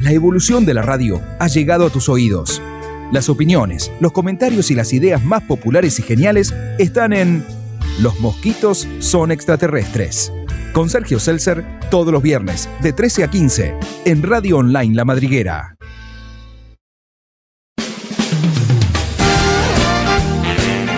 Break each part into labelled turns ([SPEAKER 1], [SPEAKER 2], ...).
[SPEAKER 1] la evolución de la radio ha llegado a tus oídos. Las opiniones, los comentarios y las ideas más populares y geniales están en Los mosquitos son extraterrestres. Con Sergio Seltzer, todos los viernes, de 13 a 15, en Radio Online La Madriguera.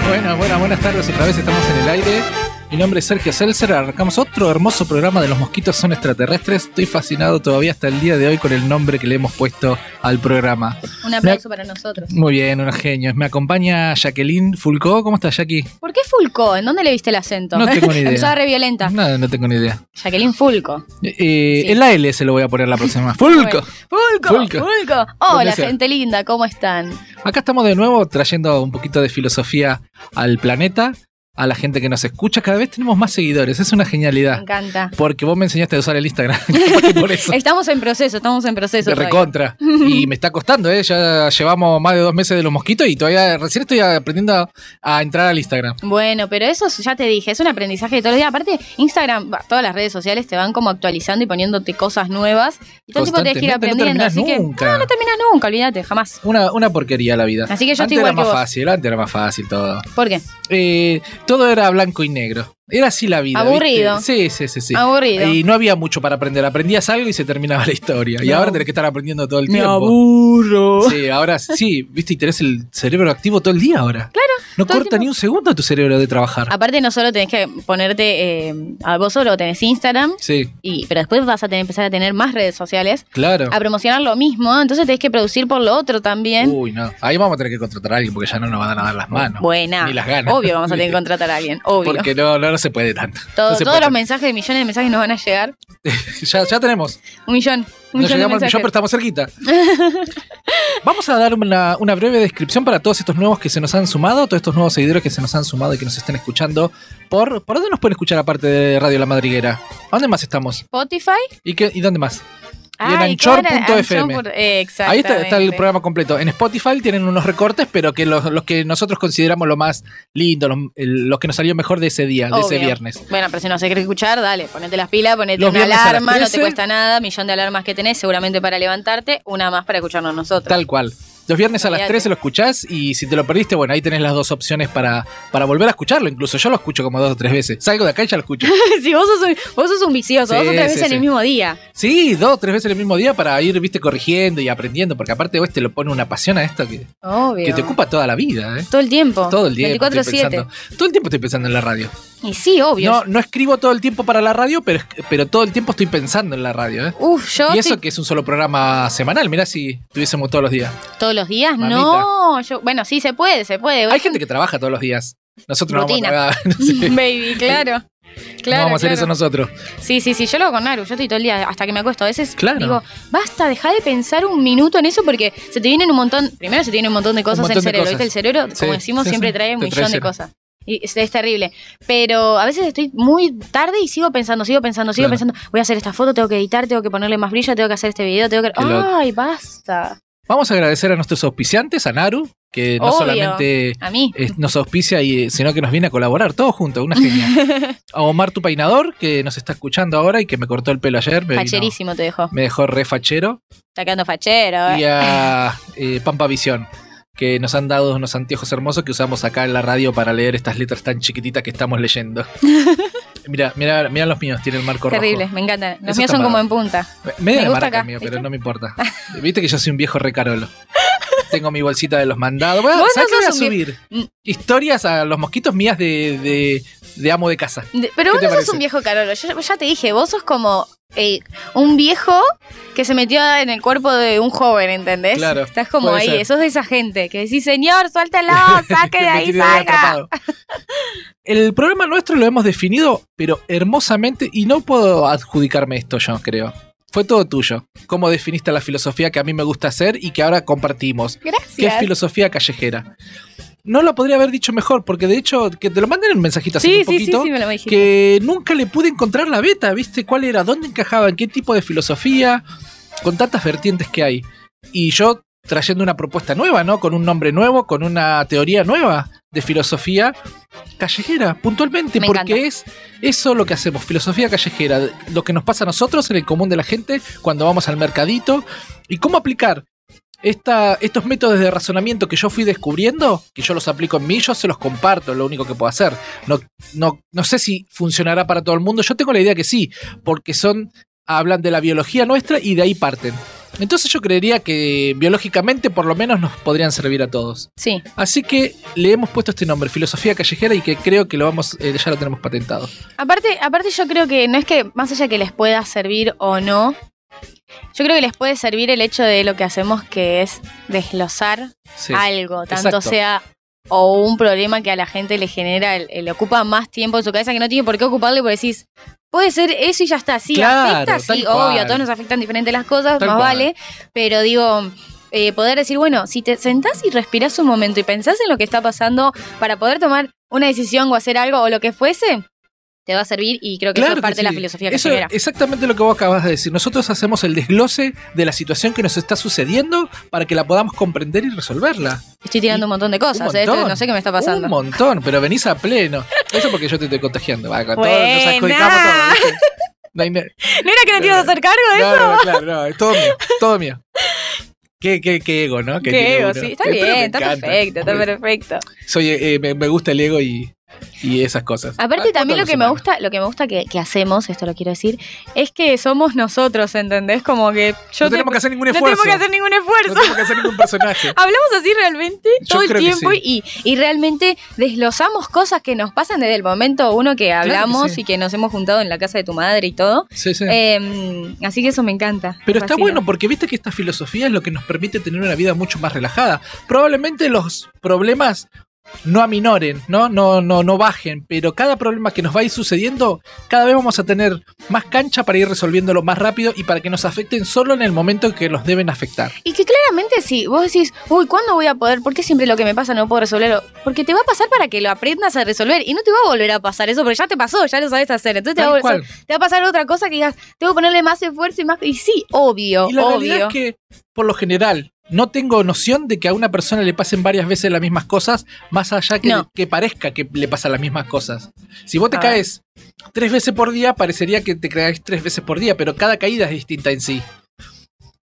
[SPEAKER 2] Buenas, buenas, buenas tardes. Otra vez estamos en el aire. Mi nombre es Sergio Seltzer. Arrancamos otro hermoso programa de Los Mosquitos Son Extraterrestres. Estoy fascinado todavía hasta el día de hoy con el nombre que le hemos puesto al programa.
[SPEAKER 3] Un aplauso para nosotros.
[SPEAKER 2] Muy bien, unos genios. Me acompaña Jacqueline Fulcó. ¿Cómo estás, Jackie?
[SPEAKER 3] ¿Por qué Fulco? ¿En dónde le viste el acento?
[SPEAKER 2] No tengo ni idea.
[SPEAKER 3] Empezaba re violenta.
[SPEAKER 2] No, no tengo ni idea.
[SPEAKER 3] Jacqueline Fulco.
[SPEAKER 2] Eh,
[SPEAKER 3] Sí.
[SPEAKER 2] El AL se lo voy a poner la próxima. ¡Fulco!
[SPEAKER 3] Fulco,
[SPEAKER 2] Fulco.
[SPEAKER 3] Fulco.
[SPEAKER 2] Donde
[SPEAKER 3] Hola,
[SPEAKER 2] sea.
[SPEAKER 3] gente linda, ¿cómo están?
[SPEAKER 2] Acá estamos de nuevo trayendo un poquito de filosofía al planeta, a la gente que nos escucha. Cada vez tenemos más seguidores. Es una
[SPEAKER 3] Me
[SPEAKER 2] genialidad.
[SPEAKER 3] encanta.
[SPEAKER 2] Porque vos me enseñaste a usar el Instagram. Capaz que por eso.
[SPEAKER 3] Estamos en proceso, estamos en proceso.
[SPEAKER 2] De
[SPEAKER 3] todavía.
[SPEAKER 2] recontra. Y me está costando, ¿eh? Ya llevamos más de dos meses de los mosquitos y todavía recién estoy aprendiendo a, a entrar al Instagram.
[SPEAKER 3] Bueno, pero eso es- ya te dije, es un aprendizaje de todos los días. Aparte, Instagram, bah, todas las redes sociales te van como actualizando y poniéndote cosas nuevas. Y todo el tiempo tenés que ir
[SPEAKER 2] Constantemente,
[SPEAKER 3] aprendiendo.
[SPEAKER 2] no
[SPEAKER 3] así
[SPEAKER 2] terminás
[SPEAKER 3] que
[SPEAKER 2] nunca.
[SPEAKER 3] no, no terminas nunca, olvídate, jamás.
[SPEAKER 2] Una, una porquería la vida.
[SPEAKER 3] Así que yo
[SPEAKER 2] antes
[SPEAKER 3] estoy igual
[SPEAKER 2] era más
[SPEAKER 3] que vos.
[SPEAKER 2] fácil, antes era más fácil todo.
[SPEAKER 3] ¿Por qué?
[SPEAKER 2] Eh, todo era blanco y negro. Era así la vida.
[SPEAKER 3] Aburrido.
[SPEAKER 2] ¿viste? Sí, sí, sí, sí.
[SPEAKER 3] Aburrido.
[SPEAKER 2] Y no había mucho para aprender. Aprendías algo y se terminaba la historia. Y
[SPEAKER 3] No.
[SPEAKER 2] ahora tenés que estar aprendiendo todo el
[SPEAKER 3] Me
[SPEAKER 2] tiempo.
[SPEAKER 3] aburro.
[SPEAKER 2] Sí, ahora sí, viste, y tenés el cerebro activo todo el día ahora. Claro. No
[SPEAKER 3] todo el
[SPEAKER 2] corta
[SPEAKER 3] tiempo.
[SPEAKER 2] ni un segundo tu cerebro de trabajar.
[SPEAKER 3] Aparte, no solo tenés que ponerte, eh, a vos solo tenés Instagram,
[SPEAKER 2] Sí,
[SPEAKER 3] y, pero después vas a tener, empezar a tener más redes sociales,
[SPEAKER 2] claro.
[SPEAKER 3] a promocionar lo mismo, entonces tenés que producir por lo otro también.
[SPEAKER 2] Uy, no. Ahí vamos a tener que contratar a alguien porque ya Uh, no nos van a dar las manos.
[SPEAKER 3] Buena.
[SPEAKER 2] Ni las ganas.
[SPEAKER 3] Obvio, vamos a tener que contratar a alguien, obvio.
[SPEAKER 2] Porque no, no, no se puede tanto.
[SPEAKER 3] Todo-
[SPEAKER 2] No se
[SPEAKER 3] todos
[SPEAKER 2] puede
[SPEAKER 3] los mensajes, millones de mensajes nos van a llegar.
[SPEAKER 2] tanto. ya, ya tenemos.
[SPEAKER 3] Un millón. Un
[SPEAKER 2] No
[SPEAKER 3] millón de
[SPEAKER 2] llegamos al
[SPEAKER 3] mensajes.
[SPEAKER 2] millón, pero estamos cerquita. Vamos a dar una, una breve descripción para todos estos nuevos que se nos han sumado, todos estos nuevos seguidores que se nos han sumado y que nos están escuchando. ¿Por, por dónde nos pueden escuchar aparte de Radio La Madriguera? ¿A dónde más estamos?
[SPEAKER 3] Spotify.
[SPEAKER 2] ¿Y, qué, y dónde más? en
[SPEAKER 3] Ay, ¿cómo era?
[SPEAKER 2] anchor.fm.
[SPEAKER 3] Anchor por- eh,
[SPEAKER 2] Ahí está, está el
[SPEAKER 3] exactamente.
[SPEAKER 2] programa completo. En Spotify tienen unos recortes, pero que los, los que nosotros consideramos lo más lindo, los, el- los que nos salió mejor de ese día, de ese
[SPEAKER 3] Obvio.
[SPEAKER 2] viernes.
[SPEAKER 3] Bueno, pero si no se quiere escuchar, dale, ponete las pilas, ponete
[SPEAKER 2] Los
[SPEAKER 3] una
[SPEAKER 2] viernes a las
[SPEAKER 3] alarma, no
[SPEAKER 2] 13.
[SPEAKER 3] te cuesta nada, millón de alarmas que tenés seguramente para levantarte, una más para escucharnos nosotros.
[SPEAKER 2] Tal cual. Los viernes a las
[SPEAKER 3] Olvídate.
[SPEAKER 2] 13 lo escuchás y si te lo perdiste, bueno, ahí tenés las dos opciones para, para volver a escucharlo. Incluso yo lo escucho como dos o tres veces. Salgo de acá y ya lo escucho.
[SPEAKER 3] si vos sos un, vos sos un vicioso, vos
[SPEAKER 2] Sí,
[SPEAKER 3] otra vez
[SPEAKER 2] sí,
[SPEAKER 3] en
[SPEAKER 2] sí.
[SPEAKER 3] el mismo día.
[SPEAKER 2] Sí, dos o tres veces el mismo día para ir, viste, corrigiendo y aprendiendo, porque aparte vos te lo pone una pasión a esto que,
[SPEAKER 3] Obvio.
[SPEAKER 2] que te ocupa toda la vida, ¿eh?
[SPEAKER 3] todo el tiempo.
[SPEAKER 2] Todo el día.
[SPEAKER 3] 24-7.
[SPEAKER 2] Todo el tiempo estoy pensando en la radio.
[SPEAKER 3] Y sí, obvio.
[SPEAKER 2] No, no escribo todo el tiempo para la radio, pero, es- pero todo el tiempo estoy pensando en la radio, ¿eh?
[SPEAKER 3] Uf, yo
[SPEAKER 2] Y eso
[SPEAKER 3] estoy-
[SPEAKER 2] que es un solo programa semanal, mirá si tuviésemos todos los días.
[SPEAKER 3] todos los días,
[SPEAKER 2] Mamita.
[SPEAKER 3] no. Yo, bueno, sí se puede, se puede.
[SPEAKER 2] Hay gente que trabaja todos los días. Nosotros no vamos a
[SPEAKER 3] Rutina.
[SPEAKER 2] trabajar, no sé.
[SPEAKER 3] Baby, claro.
[SPEAKER 2] No
[SPEAKER 3] Claro,
[SPEAKER 2] vamos a hacer
[SPEAKER 3] claro.
[SPEAKER 2] eso nosotros.
[SPEAKER 3] Sí, sí, sí, yo lo hago con Naru, yo estoy todo el día hasta que me acuesto. A veces
[SPEAKER 2] Claro.
[SPEAKER 3] digo, basta, deja de pensar un minuto en eso porque se te vienen un montón, primero se te vienen un montón de cosas
[SPEAKER 2] montón
[SPEAKER 3] en el
[SPEAKER 2] de
[SPEAKER 3] cerebro,
[SPEAKER 2] cosas.
[SPEAKER 3] ¿viste? El cerebro,
[SPEAKER 2] Sí,
[SPEAKER 3] como decimos,
[SPEAKER 2] sí,
[SPEAKER 3] siempre
[SPEAKER 2] sí,
[SPEAKER 3] trae
[SPEAKER 2] te
[SPEAKER 3] un
[SPEAKER 2] trae
[SPEAKER 3] millón de
[SPEAKER 2] cero.
[SPEAKER 3] cosas. Y es, es terrible. Pero a veces estoy muy tarde y sigo pensando, sigo pensando, sigo
[SPEAKER 2] Claro.
[SPEAKER 3] pensando, voy a hacer esta foto, tengo que editar, tengo que ponerle más brillo, tengo que hacer este video, tengo que...
[SPEAKER 2] Qué loco.
[SPEAKER 3] ¡Ay, basta!
[SPEAKER 2] Vamos a agradecer a nuestros auspiciantes, a Naru, que no
[SPEAKER 3] Obvio.
[SPEAKER 2] solamente
[SPEAKER 3] A mí.
[SPEAKER 2] eh, nos auspicia, y, eh, sino que nos viene a colaborar todos juntos, una genia. A Omar Tu Peinador, que nos está escuchando ahora y que me cortó el pelo ayer. Me, vino-
[SPEAKER 3] Facherísimo te dejó.
[SPEAKER 2] me dejó re fachero.
[SPEAKER 3] Está quedando fachero. eh.
[SPEAKER 2] Y a eh, Pampa Visión, que nos han dado unos anteojos hermosos que usamos acá en la radio para leer estas letras tan chiquititas que estamos leyendo. Mira, mira, mira los míos, tiene el marco
[SPEAKER 3] Terrible,
[SPEAKER 2] rojo.
[SPEAKER 3] me encantan. Los
[SPEAKER 2] Eso
[SPEAKER 3] míos
[SPEAKER 2] está
[SPEAKER 3] son como
[SPEAKER 2] mal.
[SPEAKER 3] en punta.
[SPEAKER 2] Me- Medio
[SPEAKER 3] Me
[SPEAKER 2] de
[SPEAKER 3] gusta
[SPEAKER 2] maraca
[SPEAKER 3] acá,
[SPEAKER 2] mío, pero
[SPEAKER 3] ¿viste?
[SPEAKER 2] no me importa. Viste que yo soy un viejo recarolo. Tengo mi bolsita de los mandados. Bueno,
[SPEAKER 3] Vos
[SPEAKER 2] ¿Sabes
[SPEAKER 3] no
[SPEAKER 2] qué voy a
[SPEAKER 3] sos un
[SPEAKER 2] subir?
[SPEAKER 3] Mm.
[SPEAKER 2] Historias a los mosquitos mías de, de- de amo de casa.
[SPEAKER 3] De- pero
[SPEAKER 2] ¿Qué
[SPEAKER 3] vos
[SPEAKER 2] te
[SPEAKER 3] no sos
[SPEAKER 2] parece?
[SPEAKER 3] un viejo carolo. Yo ya te dije, vos sos como eh, un viejo que se metió en el cuerpo de un joven, ¿entendés?
[SPEAKER 2] Claro,
[SPEAKER 3] Estás como
[SPEAKER 2] puede
[SPEAKER 3] ahí,
[SPEAKER 2] ser.
[SPEAKER 3] sos de esa gente que decís, señor, suéltelo, saque
[SPEAKER 2] Que
[SPEAKER 3] de
[SPEAKER 2] me
[SPEAKER 3] ahí,
[SPEAKER 2] tienen ahí
[SPEAKER 3] salga.
[SPEAKER 2] atrapado. El programa nuestro lo hemos definido, pero hermosamente, y no puedo adjudicarme esto, yo creo. Fue todo tuyo. Cómo definiste la filosofía que a mí me gusta hacer y que ahora compartimos. que es
[SPEAKER 3] Gracias.
[SPEAKER 2] filosofía callejera. No lo podría haber dicho mejor, porque de hecho, que te lo manden en mensajito así
[SPEAKER 3] Sí,
[SPEAKER 2] un
[SPEAKER 3] sí, sí,
[SPEAKER 2] poquito.
[SPEAKER 3] sí, me lo dijiste.
[SPEAKER 2] que nunca le pude encontrar la beta, ¿viste? ¿Cuál era? ¿Dónde encajaba? ¿En qué tipo de filosofía? Con tantas vertientes que hay. Y yo trayendo una propuesta nueva, ¿no? Con un nombre nuevo, con una teoría nueva de filosofía callejera, puntualmente,
[SPEAKER 3] Me
[SPEAKER 2] porque
[SPEAKER 3] encanta.
[SPEAKER 2] es eso lo que hacemos, filosofía callejera, lo que nos pasa a nosotros en el común de la gente cuando vamos al mercadito y cómo aplicar esta, estos métodos de razonamiento que yo fui descubriendo, que yo los aplico en mí, yo se los comparto, es lo único que puedo hacer. No, no, no sé si funcionará para todo el mundo, yo tengo la idea que sí, porque son, hablan de la biología nuestra y de ahí parten. Entonces yo creería que biológicamente por lo menos nos podrían servir a todos.
[SPEAKER 3] Sí.
[SPEAKER 2] Así que le hemos puesto este nombre, Filosofía Callejera, y que creo que lo vamos, eh, ya lo tenemos patentado.
[SPEAKER 3] Aparte, aparte yo creo que no es que más allá que les pueda servir o no, yo creo que les puede servir el hecho de lo que hacemos que es desglosar
[SPEAKER 2] Sí.
[SPEAKER 3] algo, tanto
[SPEAKER 2] exacto.
[SPEAKER 3] sea o un problema que a la gente le genera, le, le ocupa más tiempo en su cabeza que no tiene por qué ocuparle, porque decís, puede ser eso y ya está, sí,
[SPEAKER 2] Claro,
[SPEAKER 3] afecta, sí,
[SPEAKER 2] tal
[SPEAKER 3] obvio, a
[SPEAKER 2] cual.
[SPEAKER 3] todos nos afectan diferentes las cosas,
[SPEAKER 2] Tal
[SPEAKER 3] más
[SPEAKER 2] cual.
[SPEAKER 3] vale, pero digo... eh, poder decir, bueno, si te sentás y respirás un momento y pensás en lo que está pasando para poder tomar una decisión o hacer algo o lo que fuese, te va a servir y creo que eso es
[SPEAKER 2] que
[SPEAKER 3] parte de la
[SPEAKER 2] sí.
[SPEAKER 3] filosofía que
[SPEAKER 2] Eso
[SPEAKER 3] genera.
[SPEAKER 2] es exactamente lo que vos acabas de decir. Nosotros hacemos el desglose de la situación que nos está sucediendo para que la podamos comprender y resolverla.
[SPEAKER 3] Estoy tirando un montón de
[SPEAKER 2] Un
[SPEAKER 3] cosas, eh,
[SPEAKER 2] montón.
[SPEAKER 3] no sé qué me está
[SPEAKER 2] Un
[SPEAKER 3] pasando.
[SPEAKER 2] montón, pero venís a pleno. Eso porque yo te estoy contagiando. Va, con todo, nos
[SPEAKER 3] Buena.
[SPEAKER 2] adjudicamos todo, ¿viste? No hay ne-
[SPEAKER 3] ¿No era que no te ibas a ¿eh? hacer cargo de
[SPEAKER 2] No,
[SPEAKER 3] eso?
[SPEAKER 2] no, claro, no, es todo mío, todo mío. Qué, qué, qué ego, ¿no? Que tiene
[SPEAKER 3] Qué ego,
[SPEAKER 2] uno.
[SPEAKER 3] sí. Está
[SPEAKER 2] Eh, pero
[SPEAKER 3] bien,
[SPEAKER 2] me
[SPEAKER 3] está
[SPEAKER 2] encanta. Pues,
[SPEAKER 3] perfecto, está perfecto.
[SPEAKER 2] Soy, eh, me, me gusta el ego y, y esas cosas.
[SPEAKER 3] Aparte
[SPEAKER 2] Ah,
[SPEAKER 3] también lo
[SPEAKER 2] todos
[SPEAKER 3] que
[SPEAKER 2] los
[SPEAKER 3] me
[SPEAKER 2] humanos.
[SPEAKER 3] gusta, lo que me gusta que, que hacemos, esto lo quiero decir, es que somos nosotros, ¿entendés? Como que yo
[SPEAKER 2] no
[SPEAKER 3] te-
[SPEAKER 2] tenemos que hacer ningún
[SPEAKER 3] no
[SPEAKER 2] esfuerzo.
[SPEAKER 3] tenemos que hacer ningún
[SPEAKER 2] No
[SPEAKER 3] esfuerzo.
[SPEAKER 2] tenemos que hacer ningún personaje.
[SPEAKER 3] Hablamos así realmente
[SPEAKER 2] Yo
[SPEAKER 3] todo el
[SPEAKER 2] creo que
[SPEAKER 3] tiempo
[SPEAKER 2] sí.
[SPEAKER 3] y, y realmente desglosamos cosas que nos pasan desde el momento uno que
[SPEAKER 2] que
[SPEAKER 3] hablamos
[SPEAKER 2] sí.
[SPEAKER 3] y que nos hemos juntado en la casa de tu madre y todo.
[SPEAKER 2] Sí, sí.
[SPEAKER 3] Eh, así que eso me encanta.
[SPEAKER 2] Pero
[SPEAKER 3] me
[SPEAKER 2] está
[SPEAKER 3] fascina.
[SPEAKER 2] bueno porque viste que esta filosofía es lo que nos permite tener una vida mucho más relajada. Probablemente los problemas no aminoren, ¿no? No, no, no bajen, pero cada problema que nos va a ir sucediendo, cada vez vamos a tener más cancha para ir resolviéndolo más rápido y para que nos afecten solo en el momento en que nos deben afectar.
[SPEAKER 3] Y que claramente si vos decís, uy, ¿cuándo voy a poder? ¿Por qué siempre lo que me pasa no puedo resolverlo? Porque te va a pasar para que lo aprendas a resolver y no te va a volver a pasar eso porque ya te pasó, ya lo sabes hacer. Entonces te va, a
[SPEAKER 2] Tal
[SPEAKER 3] volver-
[SPEAKER 2] cual.
[SPEAKER 3] te va a pasar otra cosa que digas, tengo que ponerle más esfuerzo y más... Y sí, obvio,
[SPEAKER 2] Y la
[SPEAKER 3] obvio.
[SPEAKER 2] realidad es que, por lo general, no tengo noción de que a una persona le pasen varias veces las mismas cosas, más allá que,
[SPEAKER 3] No.
[SPEAKER 2] que parezca que le pasan las mismas cosas. Si vos te
[SPEAKER 3] Ah.
[SPEAKER 2] caes tres veces por día, parecería que te caes tres veces por día, pero cada caída es distinta en sí.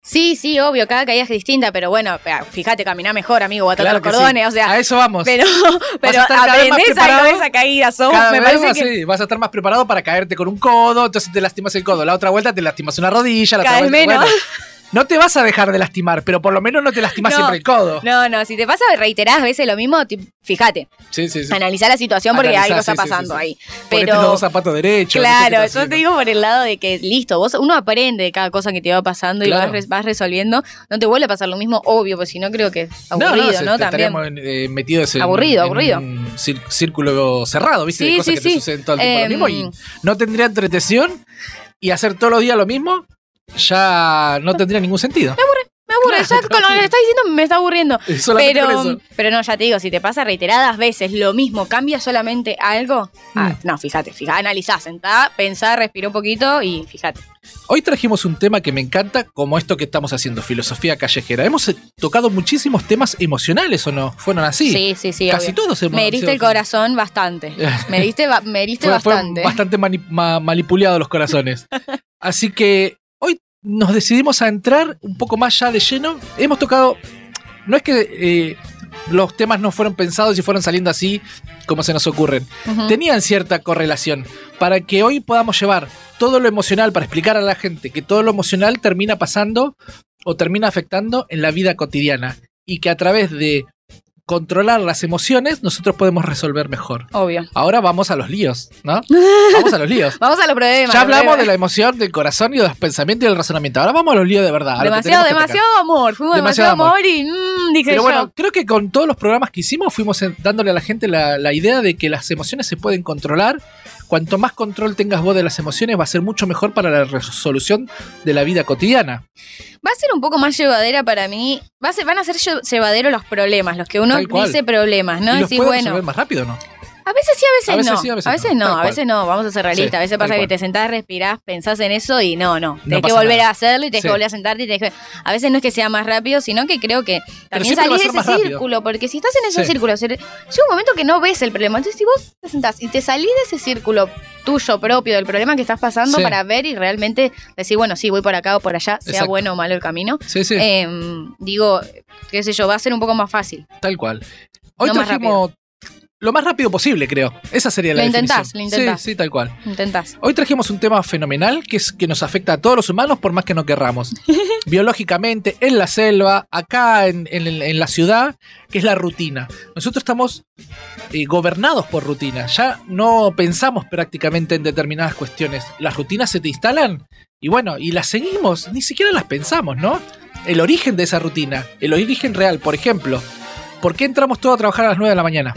[SPEAKER 3] Sí, sí, obvio, cada caída es distinta, pero bueno, fíjate, caminá mejor, amigo, atar
[SPEAKER 2] Claro
[SPEAKER 3] los
[SPEAKER 2] que sí.
[SPEAKER 3] cordones, o sea...
[SPEAKER 2] a eso vamos.
[SPEAKER 3] Pero, pero
[SPEAKER 2] estar cada vez más
[SPEAKER 3] aprendés algo
[SPEAKER 2] preparado,
[SPEAKER 3] de esa caída, sos,
[SPEAKER 2] cada
[SPEAKER 3] me
[SPEAKER 2] vez
[SPEAKER 3] parece
[SPEAKER 2] más,
[SPEAKER 3] que
[SPEAKER 2] sí, vas a estar más preparado para caerte con un codo, entonces te lastimas el codo. La otra vuelta te lastimas una rodilla, la
[SPEAKER 3] Cada
[SPEAKER 2] otra
[SPEAKER 3] vez
[SPEAKER 2] vuelta.
[SPEAKER 3] menos.
[SPEAKER 2] no te vas a dejar de lastimar, pero por lo menos no te lastimas
[SPEAKER 3] No.
[SPEAKER 2] siempre el codo.
[SPEAKER 3] No, no, si te pasa reiteradas veces lo mismo, ti- fíjate,
[SPEAKER 2] Sí, sí, sí.
[SPEAKER 3] analizá la situación porque
[SPEAKER 2] Analizá,
[SPEAKER 3] algo está
[SPEAKER 2] sí, sí, sí,
[SPEAKER 3] pasando
[SPEAKER 2] sí.
[SPEAKER 3] ahí.
[SPEAKER 2] Ponete
[SPEAKER 3] Pero
[SPEAKER 2] los dos zapatos derechos. no sé qué
[SPEAKER 3] Claro,
[SPEAKER 2] estás
[SPEAKER 3] yo
[SPEAKER 2] haciendo.
[SPEAKER 3] te digo por el lado de que listo, vos uno aprende de cada cosa que te va pasando y
[SPEAKER 2] Claro.
[SPEAKER 3] vas, res- vas resolviendo. No te vuelve a pasar lo mismo, obvio, porque si no creo que es aburrido, ¿no?
[SPEAKER 2] se-
[SPEAKER 3] También.
[SPEAKER 2] estaríamos en- eh, metidos en,
[SPEAKER 3] Aburrido,
[SPEAKER 2] en
[SPEAKER 3] aburrido.
[SPEAKER 2] un cír- círculo cerrado, ¿viste?
[SPEAKER 3] Sí,
[SPEAKER 2] de cosas
[SPEAKER 3] sí,
[SPEAKER 2] que
[SPEAKER 3] sí.
[SPEAKER 2] te suceden todo el tiempo
[SPEAKER 3] Em,
[SPEAKER 2] lo mismo y no tendría entretención y hacer todos los días lo mismo ya no tendría ningún sentido.
[SPEAKER 3] Me aburre,
[SPEAKER 2] Claro,
[SPEAKER 3] ya con lo que
[SPEAKER 2] sí.
[SPEAKER 3] me estás diciendo me está aburriendo.
[SPEAKER 2] Solamente por
[SPEAKER 3] Pero,
[SPEAKER 2] eso.
[SPEAKER 3] pero no, ya te digo, si te pasa reiteradas veces lo mismo, cambia solamente algo. ah,
[SPEAKER 2] Mm.
[SPEAKER 3] no, fíjate, fíjate, analizá, sentá, pensá, respirá un poquito y fíjate.
[SPEAKER 2] Hoy trajimos un tema que me encanta, como esto que estamos haciendo, filosofía callejera. Hemos eh, tocado muchísimos temas emocionales, ¿o no? Fueron así.
[SPEAKER 3] sí, sí. sí,
[SPEAKER 2] Casi
[SPEAKER 3] obvio.
[SPEAKER 2] todos hemos
[SPEAKER 3] Me heriste
[SPEAKER 2] sido-
[SPEAKER 3] el corazón bastante. Me heriste, ba- me heriste
[SPEAKER 2] Fue- fueron
[SPEAKER 3] bastante.
[SPEAKER 2] bastante mani- ma- manipuleados los corazones. Así que hoy nos decidimos a entrar un poco más ya de lleno. Hemos tocado. No es que eh, los temas no fueron pensados y fueron saliendo así como se nos ocurren.
[SPEAKER 3] Ujú.
[SPEAKER 2] Tenían cierta correlación. Para que hoy podamos llevar todo lo emocional, para explicar a la gente que todo lo emocional termina pasando o termina afectando en la vida cotidiana. Y que a través de controlar las emociones nosotros podemos resolver mejor.
[SPEAKER 3] Obvio.
[SPEAKER 2] Ahora vamos a los líos, ¿no? Vamos a los líos.
[SPEAKER 3] Vamos a los problemas.
[SPEAKER 2] Ya
[SPEAKER 3] los
[SPEAKER 2] hablamos
[SPEAKER 3] problemas.
[SPEAKER 2] de la emoción, del corazón y de los pensamientos y del razonamiento. Ahora vamos a los líos de verdad. a Ah, lo que
[SPEAKER 3] demasiado,
[SPEAKER 2] tenemos que atacar.
[SPEAKER 3] demasiado amor. Fuimos demasiado,
[SPEAKER 2] Demasiado
[SPEAKER 3] amor, y mmm, dije
[SPEAKER 2] Pero
[SPEAKER 3] yo.
[SPEAKER 2] bueno, creo que con todos los programas que hicimos fuimos en- dándole a la gente la, la idea de que las emociones se pueden controlar. Cuanto más control tengas vos de las emociones, va a ser mucho mejor para la resolución de la vida cotidiana.
[SPEAKER 3] Va a ser un poco más llevadera para mí. Va a ser- van a ser lle- llevaderos los problemas, los que uno
[SPEAKER 2] Tal cual.
[SPEAKER 3] dice problemas, ¿no?
[SPEAKER 2] y los
[SPEAKER 3] Decís,
[SPEAKER 2] puedes resolver
[SPEAKER 3] bueno,
[SPEAKER 2] más rápido, ¿no?
[SPEAKER 3] A veces sí, a veces,
[SPEAKER 2] A veces
[SPEAKER 3] no.
[SPEAKER 2] sí,
[SPEAKER 3] a veces, no,
[SPEAKER 2] tal
[SPEAKER 3] a
[SPEAKER 2] cual.
[SPEAKER 3] veces no, vamos a ser realistas.
[SPEAKER 2] Sí,
[SPEAKER 3] a veces pasa
[SPEAKER 2] tal
[SPEAKER 3] que
[SPEAKER 2] cual.
[SPEAKER 3] te sentás, respirás, pensás en eso y no, no. Tenés que
[SPEAKER 2] pasa
[SPEAKER 3] volver
[SPEAKER 2] nada.
[SPEAKER 3] a hacerlo y tenés
[SPEAKER 2] Sí.
[SPEAKER 3] que volver a sentarte y tenés que... A veces no es que sea más rápido, sino que creo que también
[SPEAKER 2] siempre va a
[SPEAKER 3] salís de
[SPEAKER 2] ser
[SPEAKER 3] ese
[SPEAKER 2] más rápido.
[SPEAKER 3] círculo, porque si estás en ese
[SPEAKER 2] Sí.
[SPEAKER 3] círculo, o sea, llega un momento que no ves el problema. Entonces, si vos te sentás y te salís de ese círculo tuyo propio del problema que estás pasando
[SPEAKER 2] Sí.
[SPEAKER 3] para ver y realmente decir, bueno, sí, voy por acá o por allá, sea
[SPEAKER 2] Exacto.
[SPEAKER 3] bueno o malo el camino,
[SPEAKER 2] Sí, sí,
[SPEAKER 3] eh, digo, qué sé yo, va a ser un poco más fácil.
[SPEAKER 2] tal cual. Hoy
[SPEAKER 3] lo más
[SPEAKER 2] trajimos lo más rápido posible, creo. Esa sería la
[SPEAKER 3] Lo
[SPEAKER 2] definición.
[SPEAKER 3] intentás, lo intentás.
[SPEAKER 2] Sí, sí, tal cual.
[SPEAKER 3] Intentás.
[SPEAKER 2] Hoy trajimos un tema fenomenal que es que nos afecta a todos los humanos por más que no querramos. Biológicamente, en la selva, acá en, en- en la ciudad, que es la rutina. Nosotros estamos eh, gobernados por rutina. Ya no pensamos prácticamente en determinadas cuestiones. Las rutinas se te instalan y bueno, y las seguimos, ni siquiera las pensamos, ¿no? El origen de esa rutina, el origen real, por ejemplo. ¿Por qué entramos todos a trabajar a las 9 de la mañana?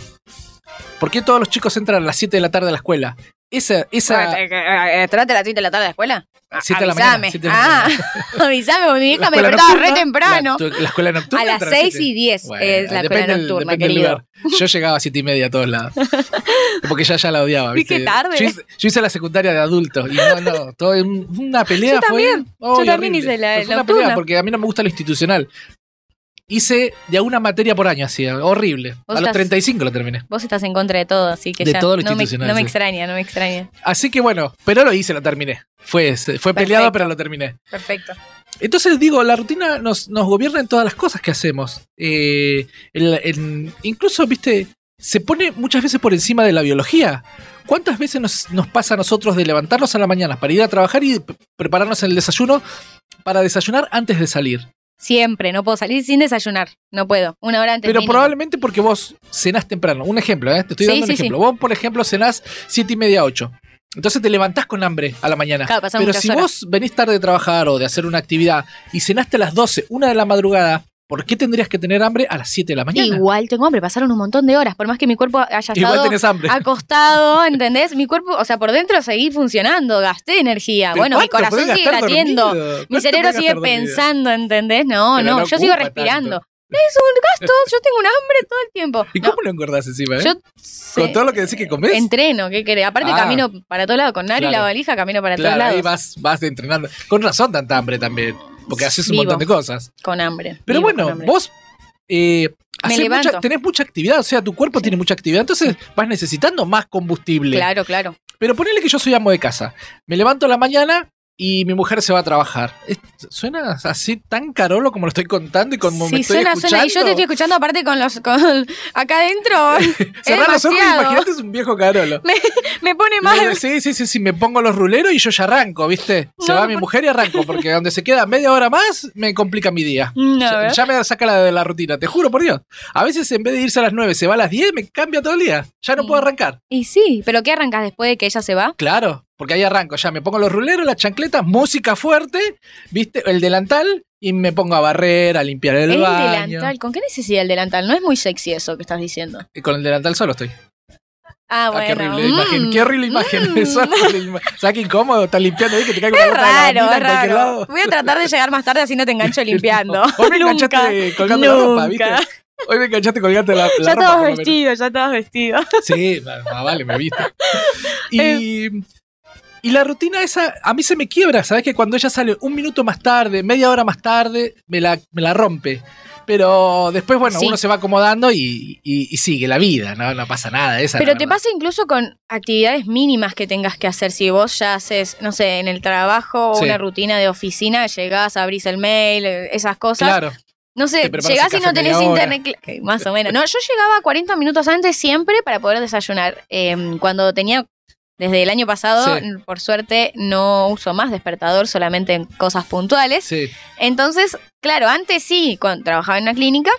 [SPEAKER 2] ¿Por qué todos los chicos entran a las 7 de la tarde a la escuela? Esa, esa,
[SPEAKER 3] eh, Trate la de la tarde de la escuela. Ah,
[SPEAKER 2] Siete de la
[SPEAKER 3] avísame.
[SPEAKER 2] mañana, siete de la mañana.
[SPEAKER 3] Ah, avisame, porque mi
[SPEAKER 2] La
[SPEAKER 3] hija me
[SPEAKER 2] escuela
[SPEAKER 3] despertaba re
[SPEAKER 2] nocturna,
[SPEAKER 3] temprano.
[SPEAKER 2] La, tu- la escuela nocturna.
[SPEAKER 3] a las
[SPEAKER 2] entra
[SPEAKER 3] 6
[SPEAKER 2] siete.
[SPEAKER 3] y 10
[SPEAKER 2] Bueno,
[SPEAKER 3] es la escuela
[SPEAKER 2] depende del-
[SPEAKER 3] nocturna,
[SPEAKER 2] depende del
[SPEAKER 3] querido.
[SPEAKER 2] lugar. Yo llegaba a 7 y media a todos lados. Porque ya, ya la odiaba.
[SPEAKER 3] Y qué
[SPEAKER 2] ¿viste?
[SPEAKER 3] tarde.
[SPEAKER 2] Yo hice, yo hice la secundaria de adultos. Y no, no. Todo, un- una pelea
[SPEAKER 3] Yo
[SPEAKER 2] fue.
[SPEAKER 3] también,
[SPEAKER 2] oh,
[SPEAKER 3] yo
[SPEAKER 2] y
[SPEAKER 3] también
[SPEAKER 2] horrible.
[SPEAKER 3] hice la-
[SPEAKER 2] Pero fue una
[SPEAKER 3] nocturna.
[SPEAKER 2] pelea porque a mí no me gusta lo institucional. Hice de a una materia por año, hacía. Horrible. A
[SPEAKER 3] Vos
[SPEAKER 2] los
[SPEAKER 3] estás-
[SPEAKER 2] 35 lo terminé.
[SPEAKER 3] Vos estás en contra de todo, así que
[SPEAKER 2] De
[SPEAKER 3] ya
[SPEAKER 2] todo lo
[SPEAKER 3] no, me,
[SPEAKER 2] institucional,
[SPEAKER 3] no me
[SPEAKER 2] sí.
[SPEAKER 3] extraña, no me extraña.
[SPEAKER 2] Así que bueno, pero lo hice, lo terminé. Fue, fue peleado,
[SPEAKER 3] Perfecto.
[SPEAKER 2] pero lo terminé.
[SPEAKER 3] Perfecto.
[SPEAKER 2] Entonces digo, la rutina nos, nos gobierna en todas las cosas que hacemos. Eh, el- en- incluso, viste, se pone muchas veces por encima de la biología. ¿Cuántas veces nos, nos pasa a nosotros de levantarnos a la mañana para ir a trabajar y p- prepararnos el desayuno para desayunar antes de salir?
[SPEAKER 3] Siempre, no puedo salir sin desayunar. No puedo. Una hora antes.
[SPEAKER 2] Pero
[SPEAKER 3] mínimo.
[SPEAKER 2] probablemente porque vos cenás temprano. Un ejemplo, ¿eh? te estoy
[SPEAKER 3] Sí,
[SPEAKER 2] dando un
[SPEAKER 3] sí, sí.
[SPEAKER 2] ejemplo. Vos, por ejemplo, cenás 7 y media, 8. Entonces te levantás con hambre a la mañana.
[SPEAKER 3] Claro, pasan
[SPEAKER 2] Pero
[SPEAKER 3] muchas
[SPEAKER 2] si
[SPEAKER 3] horas.
[SPEAKER 2] vos venís tarde de trabajar o de hacer una actividad y cenaste a las 12, una de la madrugada, ¿por qué tendrías que tener hambre a las 7 de la mañana?
[SPEAKER 3] Igual tengo hambre, pasaron un montón de horas. Por más que mi cuerpo haya estado
[SPEAKER 2] Igual tenés hambre.
[SPEAKER 3] acostado, ¿entendés? Mi cuerpo, o sea, por dentro seguí funcionando, gasté energía.
[SPEAKER 2] Pero
[SPEAKER 3] Bueno, mi
[SPEAKER 2] ¿cuánto
[SPEAKER 3] corazón
[SPEAKER 2] podés
[SPEAKER 3] sigue
[SPEAKER 2] gastar
[SPEAKER 3] latiendo.
[SPEAKER 2] dormido?
[SPEAKER 3] Mi
[SPEAKER 2] ¿Cuánto
[SPEAKER 3] cerebro
[SPEAKER 2] podés
[SPEAKER 3] sigue
[SPEAKER 2] gastar dormido?
[SPEAKER 3] pensando, ¿entendés? No,
[SPEAKER 2] Pero
[SPEAKER 3] no,
[SPEAKER 2] no
[SPEAKER 3] yo sigo
[SPEAKER 2] ocupa
[SPEAKER 3] respirando. Es un gasto, yo tengo un hambre todo el tiempo.
[SPEAKER 2] ¿Y
[SPEAKER 3] No,
[SPEAKER 2] cómo lo engordás encima, eh?
[SPEAKER 3] yo
[SPEAKER 2] Con
[SPEAKER 3] sé-
[SPEAKER 2] todo lo que decís que comés.
[SPEAKER 3] entreno, ¿qué querés? Aparte
[SPEAKER 2] Ah.
[SPEAKER 3] camino para todos lados, con Nari y la
[SPEAKER 2] Claro.
[SPEAKER 3] valija camino para todos
[SPEAKER 2] claro,
[SPEAKER 3] lados.
[SPEAKER 2] ahí vas, vas entrenando. Con razón tanta hambre también. Porque haces un
[SPEAKER 3] Vivo.
[SPEAKER 2] montón de cosas.
[SPEAKER 3] Con hambre.
[SPEAKER 2] Pero
[SPEAKER 3] vivo con
[SPEAKER 2] bueno,
[SPEAKER 3] hambre.
[SPEAKER 2] vos eh,
[SPEAKER 3] Me
[SPEAKER 2] hacés mucha-
[SPEAKER 3] levanto.
[SPEAKER 2] tenés mucha actividad, o sea, tu cuerpo tiene mucha actividad, entonces vas necesitando más combustible.
[SPEAKER 3] Claro, claro.
[SPEAKER 2] Pero ponele que yo soy amo de casa. Me levanto a la mañana y mi mujer se va a trabajar. Es- Suena así tan carolo como lo estoy contando y como me
[SPEAKER 3] sí,
[SPEAKER 2] estoy
[SPEAKER 3] suena,
[SPEAKER 2] escuchando.
[SPEAKER 3] suena. Y yo te estoy escuchando aparte con los. Con, acá adentro
[SPEAKER 2] Cerrá los ojos y
[SPEAKER 3] demasiado.
[SPEAKER 2] imaginate es un viejo carolo.
[SPEAKER 3] me pone
[SPEAKER 2] Le-
[SPEAKER 3] mal.
[SPEAKER 2] Sí, sí, sí, sí, me pongo los ruleros y yo ya arranco, ¿viste? Se
[SPEAKER 3] No,
[SPEAKER 2] va mi
[SPEAKER 3] por-
[SPEAKER 2] mujer y arranco, porque donde se queda media hora más me complica mi día.
[SPEAKER 3] No,
[SPEAKER 2] Ya,
[SPEAKER 3] ¿verdad?
[SPEAKER 2] ya me saca la de la rutina, te juro por Dios. A veces en vez de irse a las 9 se va a las 10, me cambia todo el día. Ya no
[SPEAKER 3] Sí.
[SPEAKER 2] puedo arrancar.
[SPEAKER 3] Y sí, pero ¿qué arrancas después de que ella se va?
[SPEAKER 2] Claro, porque ahí arranco, ya me pongo los ruleros, las chancletas, música fuerte, viste, el delantal y me pongo a barrer, a limpiar el,
[SPEAKER 3] El
[SPEAKER 2] baño.
[SPEAKER 3] delantal. ¿Con qué necesidad el delantal? No es muy sexy eso que estás diciendo.
[SPEAKER 2] Y Con el delantal solo estoy.
[SPEAKER 3] Ah,
[SPEAKER 2] Ah,
[SPEAKER 3] bueno.
[SPEAKER 2] qué horrible
[SPEAKER 3] mm,
[SPEAKER 2] imagen, qué horrible imagen.
[SPEAKER 3] mm.
[SPEAKER 2] Eso, horrible ima- ¿Sabes qué incómodo? Estás limpiando ahí que te cae una
[SPEAKER 3] Es
[SPEAKER 2] gota de
[SPEAKER 3] raro,
[SPEAKER 2] lavandina
[SPEAKER 3] es
[SPEAKER 2] en cualquier
[SPEAKER 3] raro.
[SPEAKER 2] lado.
[SPEAKER 3] Voy a tratar de llegar más tarde así no te engancho limpiando.
[SPEAKER 2] Hoy me
[SPEAKER 3] Nunca.
[SPEAKER 2] enganchaste colgando la ropa, ¿viste?
[SPEAKER 3] Nunca.
[SPEAKER 2] Hoy me enganchaste colgando la, la
[SPEAKER 3] Ya
[SPEAKER 2] ropa. por
[SPEAKER 3] todos
[SPEAKER 2] lo menos.
[SPEAKER 3] vestidos, ya todos vestidos.
[SPEAKER 2] Sí, ma- ma- vale, me viste. Y, y la rutina esa, a mí se me quiebra, ¿sabes? Que cuando ella sale un minuto más tarde, media hora más tarde, me la, me la rompe. Pero después, bueno,
[SPEAKER 3] Sí.
[SPEAKER 2] uno se va acomodando y, y- y sigue la vida, ¿no? No pasa nada. Esa es
[SPEAKER 3] Pero
[SPEAKER 2] la
[SPEAKER 3] te
[SPEAKER 2] verdad.
[SPEAKER 3] pasa incluso con actividades mínimas que tengas que hacer. Si vos ya haces, no sé, en el trabajo
[SPEAKER 2] Sí.
[SPEAKER 3] una rutina de oficina, llegás, abrís el mail, eh, esas cosas.
[SPEAKER 2] Claro.
[SPEAKER 3] No sé,
[SPEAKER 2] Te preparas
[SPEAKER 3] llegás
[SPEAKER 2] el
[SPEAKER 3] y no
[SPEAKER 2] café
[SPEAKER 3] tenés
[SPEAKER 2] media hora.
[SPEAKER 3] internet. cl- ok, Más o menos. No, yo llegaba 40 minutos antes siempre para poder desayunar. Eh, cuando tenía, desde el año pasado,
[SPEAKER 2] Sí.
[SPEAKER 3] n- por suerte, no uso más despertador, solamente en cosas puntuales.
[SPEAKER 2] Sí.
[SPEAKER 3] Entonces, claro, antes sí, cuando trabajaba en una clínica,